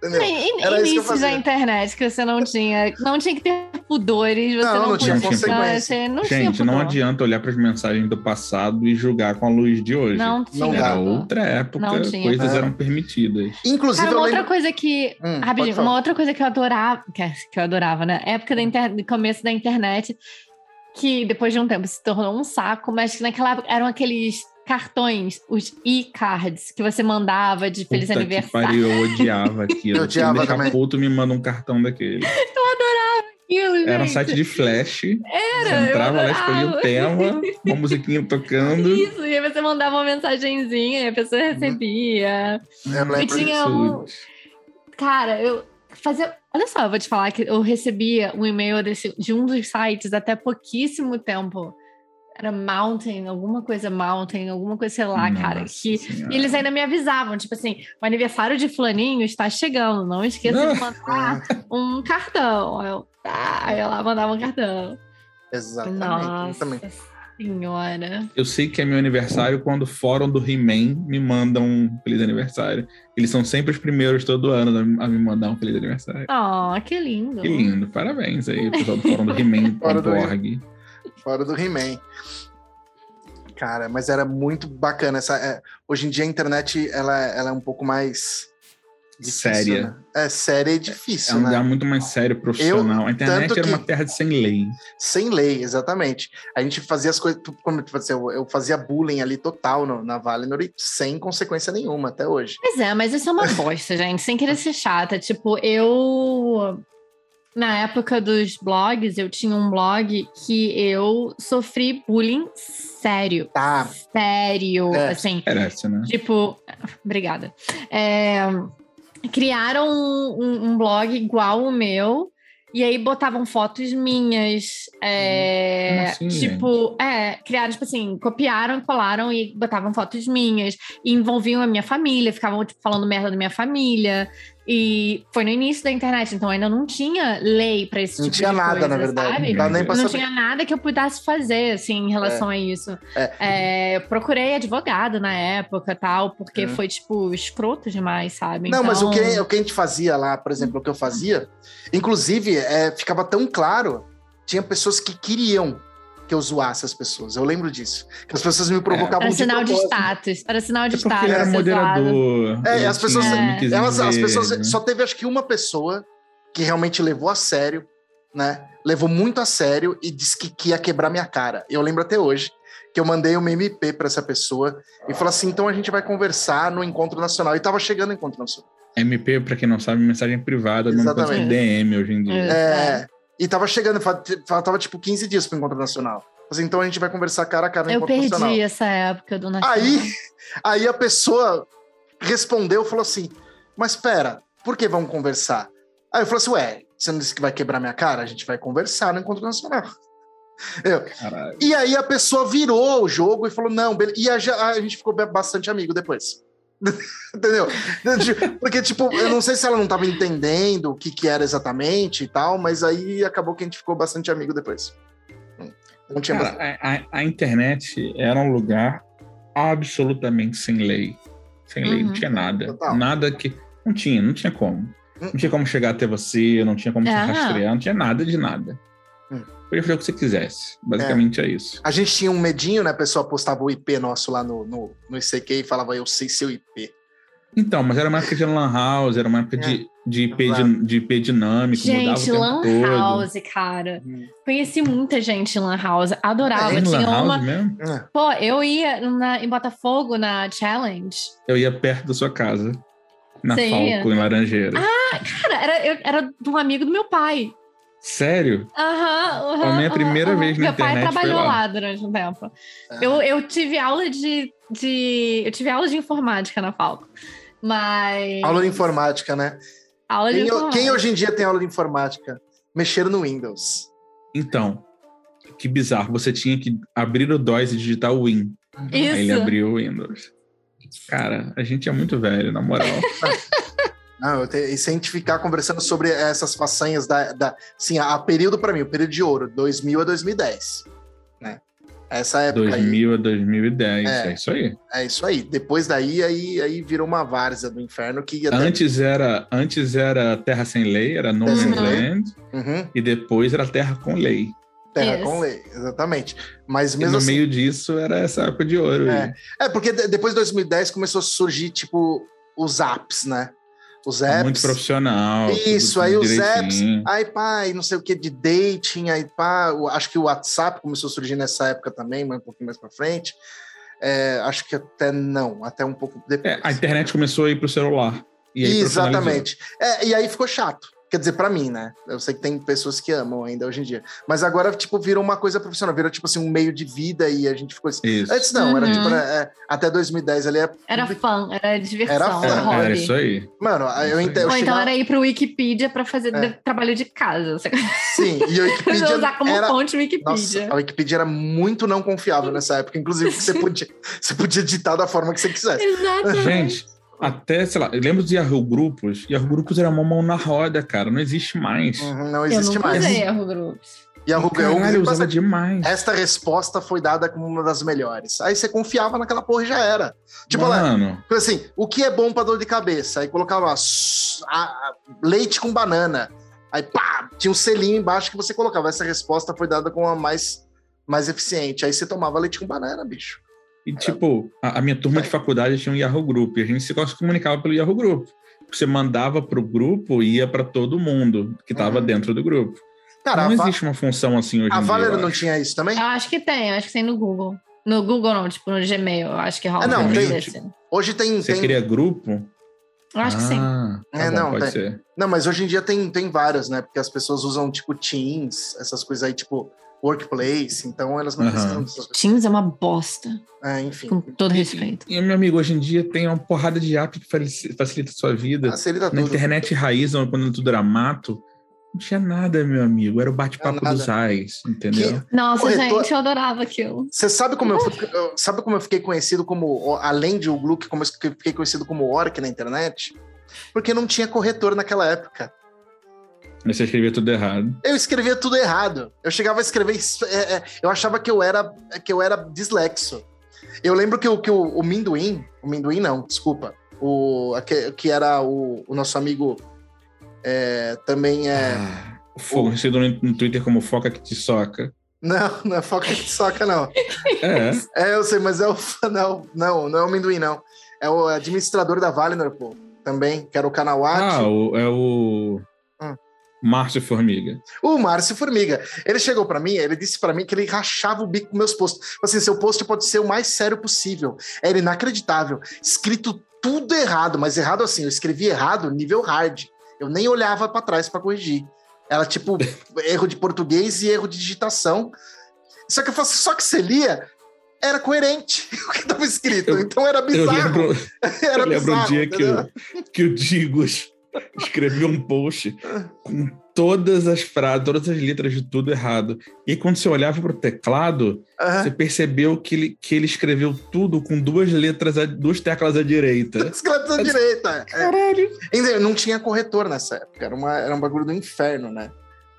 S3: Entendeu?
S2: In,
S3: Era isso que eu
S2: inícios da
S3: fazia.
S2: internet que você não tinha. Não tinha que ter pudores. Você
S3: Não, não tinha
S2: podia-
S3: consequência.
S2: você não tinha
S1: Gente, não
S2: pudor.
S1: adianta olhar para as mensagens do passado e julgar com a luz de hoje.
S2: Não tinha.
S3: dá.
S1: Era
S2: pudor.
S1: outra época,
S2: Não tinha.
S1: coisas
S3: É.
S1: eram permitidas.
S3: Inclusive,
S2: Cara,
S3: eu
S2: uma
S3: lembro.
S2: outra coisa que.
S3: Hum, pode
S2: Rapidinho,
S3: falar.
S2: uma outra coisa que eu adorava, que é- que eu adorava, né? Época da inter... começo da internet, que depois de um tempo se tornou um saco, mas que naquela época eram aqueles cartões, os e-cards, que você mandava de feliz
S1: Puta que
S2: aniversário.
S1: pariu, eu odiava aquilo.
S3: Eu odiava
S1: Quem deixar
S3: também.
S1: puto me manda um cartão daquele.
S2: Aquilo,
S1: Era um
S2: gente.
S1: site de flash.
S2: Era,
S1: Você
S2: eu
S1: entrava lá, escolhia o
S2: adorava.
S1: tema, uma musiquinha tocando.
S2: Isso, e aí você mandava uma mensagenzinha e a pessoa
S1: Uhum.
S2: recebia.
S3: Eu lembro
S2: tinha
S3: disso.
S2: um- Cara, eu fazia. Olha só, eu vou te falar que eu recebia um e-mail desse- de um dos sites até pouquíssimo tempo. Era Mountain, alguma coisa Mountain, alguma coisa, sei lá, cara.
S1: Nossa
S2: Que...
S1: Senhora.
S2: E eles ainda me avisavam, tipo assim, o aniversário de Flaninho está chegando, não esqueça de mandar um cartão. Aí Eu, ah, aí ela mandava um cartão.
S3: Exatamente.
S2: Nossa
S3: Também.
S2: senhora.
S1: Eu sei que é meu aniversário quando o fórum do He-Man me manda um feliz aniversário. Eles são sempre os primeiros todo ano a me mandar um feliz aniversário.
S2: Oh, que lindo.
S1: Que
S3: Uhum.
S1: lindo, parabéns aí, pessoal do fórum do He-Man.org.
S3: Fora do He-Man. Cara, mas era muito bacana. Essa, é, hoje em dia a internet ela, ela é um pouco mais.
S1: Séria.
S3: né? É, séria e
S1: É
S3: difícil,
S1: um
S3: né?
S1: lugar muito mais sério, profissional. a internet
S3: tanto
S1: era uma
S3: que-
S1: terra de sem lei.
S3: Sem lei, exatamente. A gente fazia as coisas. tu- Como tu fazia, eu, eu fazia bullying ali total no- na Valinor e sem consequência nenhuma até hoje.
S2: Pois é, mas isso é uma bosta, gente. Sem querer ser chata. Tipo, eu. Na época dos blogs, eu tinha um blog que eu sofri bullying sério.
S3: Tá.
S2: Sério.
S3: É.
S2: Assim,
S1: Merece, né?
S2: tipo. Obrigada. É, criaram um, um- um blog igual o meu. E aí botavam fotos minhas. é,
S3: Hum,
S1: Como assim,
S2: tipo, é, criaram, tipo assim, copiaram, colaram e botavam fotos minhas. E envolviam a minha família, ficavam tipo, falando merda da minha família. E foi no início da internet, então ainda não tinha lei pra esse
S3: Não
S2: tipo
S3: tinha
S2: de
S3: nada,
S2: coisa,
S3: na verdade.
S2: sabe?
S3: Não dá nem pra
S2: Não
S3: saber.
S2: tinha nada que eu pudesse fazer, assim, em relação a isso. É, eu procurei advogado na época tal, porque
S3: É.
S2: foi, tipo, escroto demais, sabe?
S3: Não, mas o que, é
S2: Então,
S3: o que a gente fazia lá, por exemplo, o que eu fazia, inclusive, é, ficava tão claro, tinha pessoas que queriam que eu zoasse as pessoas. Eu lembro disso. Que as pessoas me provocavam
S2: Era
S3: de
S2: É, sinal de
S3: propósito.
S2: status. Era sinal de
S1: É porque
S2: status.
S1: ele era
S2: ser zoado.
S1: moderador.
S3: É,
S1: ele
S3: as pessoas-
S1: tinha um
S2: É.
S1: nickzinho
S3: Elas, as
S1: dele,
S3: pessoas
S1: né?
S3: só teve acho que uma pessoa que realmente levou a sério, né? Levou muito a sério e disse que, que ia quebrar minha cara. Eu lembro até hoje que eu mandei uma MP pra essa pessoa e falei assim: então a gente vai conversar no encontro nacional. E tava chegando o encontro nacional.
S1: MP, pra quem não sabe, mensagem privada, mesmo coisa que
S3: Exatamente.
S1: DM hoje em
S2: É.
S1: dia.
S3: É, e tava chegando, fa- fa- tava tipo 15 dias pro encontro nacional. Falei assim, então a gente vai conversar cara a cara no
S1: né,
S2: Eu
S3: encontro nacional.
S2: perdi essa época do Natal.
S3: Aí, aí a pessoa respondeu, falou assim: Mas pera, por que vamos conversar? Aí eu falei assim: Ué, você não disse que vai quebrar minha cara? A gente vai conversar no encontro nacional.
S1: Caralho.
S3: E aí a pessoa virou o jogo e falou: Não, beleza. E a, ge- a gente ficou ba- bastante amigo depois. Entendeu? Tipo, Porque, tipo, eu não sei se ela não tava entendendo o que, que era exatamente e tal, mas aí acabou que a gente ficou bastante amigo depois. Não tinha mais.
S1: Cara, a, a- a internet era um lugar absolutamente sem lei. Sem lei, não
S2: Uhum.
S1: tinha nada.
S3: Total.
S1: Nada que. Não tinha, não tinha como. Não
S3: Hum.
S1: tinha como chegar até você, não tinha como te
S2: Ah.
S1: rastrear, não tinha nada de nada.
S3: Hum.
S1: Podia fazer o que você quisesse. Basicamente é, isso.
S3: A gente tinha um medinho, né? A pessoa postava o IP nosso lá no, no, no ICQ e falava, eu sei seu IP.
S1: Então, mas era uma época de Lan House, era uma época
S3: É.
S1: de, de, IP, de, de IP dinâmico, Tipo, mudava o
S2: Gente,
S1: tempo
S2: Lan
S1: todo.
S2: House, cara.
S3: Uhum.
S2: Conheci muita gente em Lan House. Adorava.
S1: Tem
S2: Tinha
S1: É, Lan House
S2: uma.
S1: mesmo?
S3: É.
S2: Pô, eu ia na- em Botafogo na Challenge.
S1: Eu ia perto da sua casa. Na
S2: Você ia?
S1: Falco, em Laranjeira.
S2: Ah. Cara, era, eu- era de um amigo do meu pai.
S1: Sério?
S2: Aham, aham.
S1: A minha primeira
S2: aham.
S1: vez na
S2: Meu pai
S1: internet foi
S2: trabalhou
S1: lá.
S2: lá durante um tempo.
S3: Ah.
S2: Eu, eu tive aula de, de. Eu tive aula de informática na Falco. Mas.
S3: Aula de informática, né?
S2: aula de
S3: Quem,
S2: informática.
S3: quem hoje em dia tem aula de informática? Mexer no Windows.
S1: Então, que bizarro. Você tinha que abrir o DOS e digitar o Win. Aí ele
S2: Isso.
S1: abriu o Windows. Cara, a gente é muito velho, na moral.
S3: Não, eu te, e se a gente ficar conversando sobre essas façanhas da. da assim, a, a período para mim, o período de ouro, 2000 a 2010. Né? Essa época
S1: 2000 a 2010,
S3: É.
S1: é, isso aí.
S3: aí. É isso aí. Depois daí, aí, aí virou uma várzea do inferno que até...
S1: Antes era, antes era Terra Sem Lei, era No Man's
S3: Uhum.
S1: Land,
S3: Uhum,
S1: e depois era Terra Com Lei.
S3: terra
S2: Isso.
S3: com lei, exatamente. Mas
S1: E no
S3: mesmo assim,
S1: meio disso era essa época de ouro.
S3: É.
S1: aí.
S3: É, porque de- depois de 2010 começou a surgir, tipo, os apps, né? Os apps.
S1: Muito profissional.
S3: Isso,
S1: tudo
S3: aí os
S1: direitinho.
S3: Aí, pá, e não sei o que, de dating, aí, pá, o- acho que o WhatsApp começou a surgir nessa época também, mas um pouquinho mais pra frente. É, acho que até não, até um pouco depois.
S1: É, a internet começou a ir pro celular. E aí
S3: Exatamente. É, e aí ficou chato. Quer dizer, pra mim, né? Eu sei que tem pessoas que amam ainda hoje em dia. Mas agora, tipo, virou uma coisa profissional, virou, tipo assim, um meio de vida e a gente ficou assim.
S1: profissionalizou. Isso.
S3: Antes não, era
S2: Uhum.
S3: tipo, né, é, até 2010 ali é
S2: Era fã, era diversão,
S3: Era fã.
S2: era
S1: É, Era,
S2: hobby.
S1: era isso aí.
S3: Mano,
S1: Isso
S3: eu, ente-
S1: aí.
S3: eu
S2: Ou então
S3: chegava-
S2: era ir pro Wikipedia pra fazer
S3: É.
S2: de- trabalho de casa. Você
S3: Sim, e a Wikipedia
S2: usar como
S3: era...
S2: fonte Wikipedia.
S3: Nossa, a Wikipedia era muito não confiável nessa época. Inclusive, que você podia, você podia digitar da forma que você quisesse.
S2: Exatamente.
S1: Gente, até, sei lá, eu lembro de Yahoo Grupos. Yahoo Grupos era uma mão na roda, cara. Não existe mais.
S3: Uhum,
S2: Eu
S3: não existe
S2: não
S3: mais.
S2: usei erro grupos.
S3: E a Google
S1: Caralho, eu
S3: Google-
S1: usava demais.
S3: Esta resposta foi dada como uma das melhores. Aí você confiava naquela porra e já era. Tipo, lá,
S1: Mano,
S3: assim, o que é bom pra dor de cabeça? Aí colocava s- a- a- leite com banana. Aí pá, tinha um selinho embaixo que você colocava. Essa resposta foi dada como a mais, mais eficiente. Aí você tomava leite com banana, bicho.
S1: e tipo, a, a minha turma de faculdade tinha um Yahoo Group. E a gente se se comunicava pelo Yahoo Group. Você mandava pro grupo e ia pra todo mundo que tava
S3: Uhum.
S1: dentro do grupo.
S3: Cara, a,
S1: não
S3: Va-
S1: existe uma função assim hoje
S3: a
S1: em dia.
S3: Valera
S1: eu
S3: não
S1: acho.
S3: tinha isso também?
S2: Eu acho que tem, eu acho que tem no Google. No Google não, tipo no Gmail, eu acho que rola.
S3: Ah, não,
S2: um
S3: tem,
S2: negócio assim.
S3: Hoje tem.
S1: Você
S3: tem-
S1: queria grupo?
S2: Eu acho que sim.
S1: Ah, tá
S3: É,
S1: bom,
S3: não,
S1: pode
S3: tem.
S1: ser.
S3: Não, mas hoje em dia tem, tem várias, né? Porque as pessoas usam, tipo, Teams, essas coisas aí, tipo, Workplace. Então elas não
S1: Aham.
S3: precisam dessas coisas.
S2: Teams é uma bosta,
S3: É, enfim.
S2: com todo respeito.
S1: E, meu amigo, hoje em dia tem uma porrada de app que fali- facilita a sua vida.
S3: Facilita
S1: Na
S3: tudo.
S1: internet raiz, quando tudo era mato, não tinha nada, meu amigo. Era o bate-papo
S3: Não, nada.
S1: dos ais, entendeu?
S2: Nossa,
S3: Corretor-
S2: gente, eu adorava aquilo.
S3: Você sabe como eu, fui- eu- sabe como eu fiquei conhecido como, além de o Gluck, como eu fiquei conhecido como Orc na internet? Porque não tinha corretor naquela época.
S1: Mas você escrevia tudo errado.
S3: Eu escrevia tudo errado. Eu chegava a escrever. isso- é, é, eu achava que eu era que eu era dislexo. Eu lembro que o, que o, o Minduim. O Minduim não, desculpa. O, aque- que era o, o nosso amigo. é, também é.
S1: Ah, o fogo conhecido no, no Twitter como foca que te soca.
S3: Não, não é foca que soca, não.
S1: É.
S3: É, eu sei, mas é o. Não, não, não é o Minduim, não. É o administrador da Valinor, pô. Também, que era o Kanawati.
S1: ah, o- é o.
S3: Hum.
S1: Márcio Formiga.
S3: O Márcio Formiga. Ele chegou pra mim, ele disse pra mim que ele rachava o bico com meus posts. Falei Assim, seu post pode ser o mais sério possível. Era inacreditável. Escrito tudo errado, mas errado assim, eu escrevi errado, nível hard. Eu nem olhava pra trás pra corrigir. Era tipo erro de português e erro de digitação. Só que eu faço, só que você lia era coerente o que tava escrito.
S1: Eu-
S3: então era
S1: Eu
S3: bizarro.
S1: lembro,
S3: era
S1: eu lembro um
S3: bizarro,
S1: dia que
S3: entendeu?
S1: o, que o Digos escreveu um post com todas as frases, todas as letras de tudo errado. E aí, quando você olhava para o teclado,
S2: É.
S3: Aham.
S1: você percebeu que ele, que ele escreveu tudo com duas letras, à- duas teclas à direita.
S3: Escreve da
S1: Mas-
S3: direita. é.
S1: Caralho!
S3: Ainda não tinha corretor nessa época, era, uma, era um bagulho do inferno, né?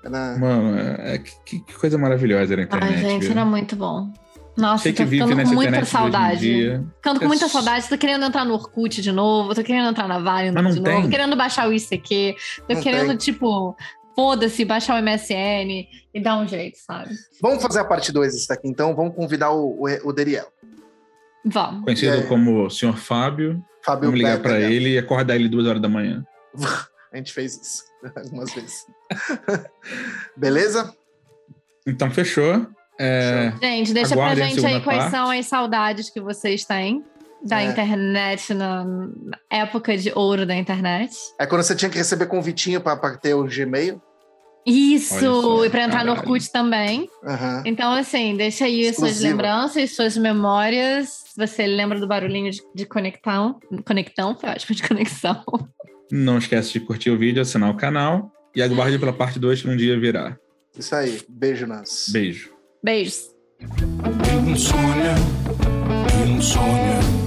S3: Era-
S1: Mano, é, que, que- que coisa maravilhosa era a internet.
S2: Ai, gente,
S1: viu?
S2: era muito bom. Nossa,
S1: Você que
S2: tô
S1: vive
S2: ficando
S1: nessa
S2: com muita
S1: internet hoje em
S2: saudade.
S1: dia.
S2: Ficando com
S1: É
S2: muita
S1: só-
S2: saudade, tô querendo entrar no Orkut de novo, tô querendo entrar na Vale
S1: Mas não
S2: de novo,
S1: tem.
S2: querendo baixar o ICQ, tô
S3: Não
S2: querendo,
S3: tem.
S2: tipo, foda-se, baixar o MSN e dar um jeito, sabe?
S3: Vamos fazer a parte 2 desse daqui, então. Vamos convidar o, o, o Deriel.
S2: Vamos.
S1: Conhecido
S3: É.
S1: como o Sr. Fábio.
S3: Fábio
S1: Vamos ligar para
S3: Bertaglia.
S1: ele e acordar ele duas horas da manhã.
S3: A gente fez isso algumas vezes. Beleza?
S1: Então, fechou. É,
S2: Gente, deixa
S1: Aguardem a
S2: pra gente aí
S1: segunda
S2: quais
S1: parte.
S2: são as saudades que vocês têm da
S3: É.
S2: internet, na na época de ouro da internet.
S3: É quando você tinha que receber convitinho para ter o Gmail.
S1: Olha
S2: Isso,
S1: só,
S2: e pra entrar no
S1: caralho.
S2: Orkut também.
S3: Aham.
S2: Então, assim, deixa aí suas
S3: Exclusiva.
S2: lembranças, suas memórias. Você lembra do barulhinho de, de conectão? Conectão, foi ótimo, de conexão.
S1: não esquece de curtir o vídeo, assinar o canal e aguarde pela parte 2 que um dia virá.
S3: Isso aí. Beijo, Nas.
S1: Beijo.
S2: Beijos.
S4: Insônia, insônia,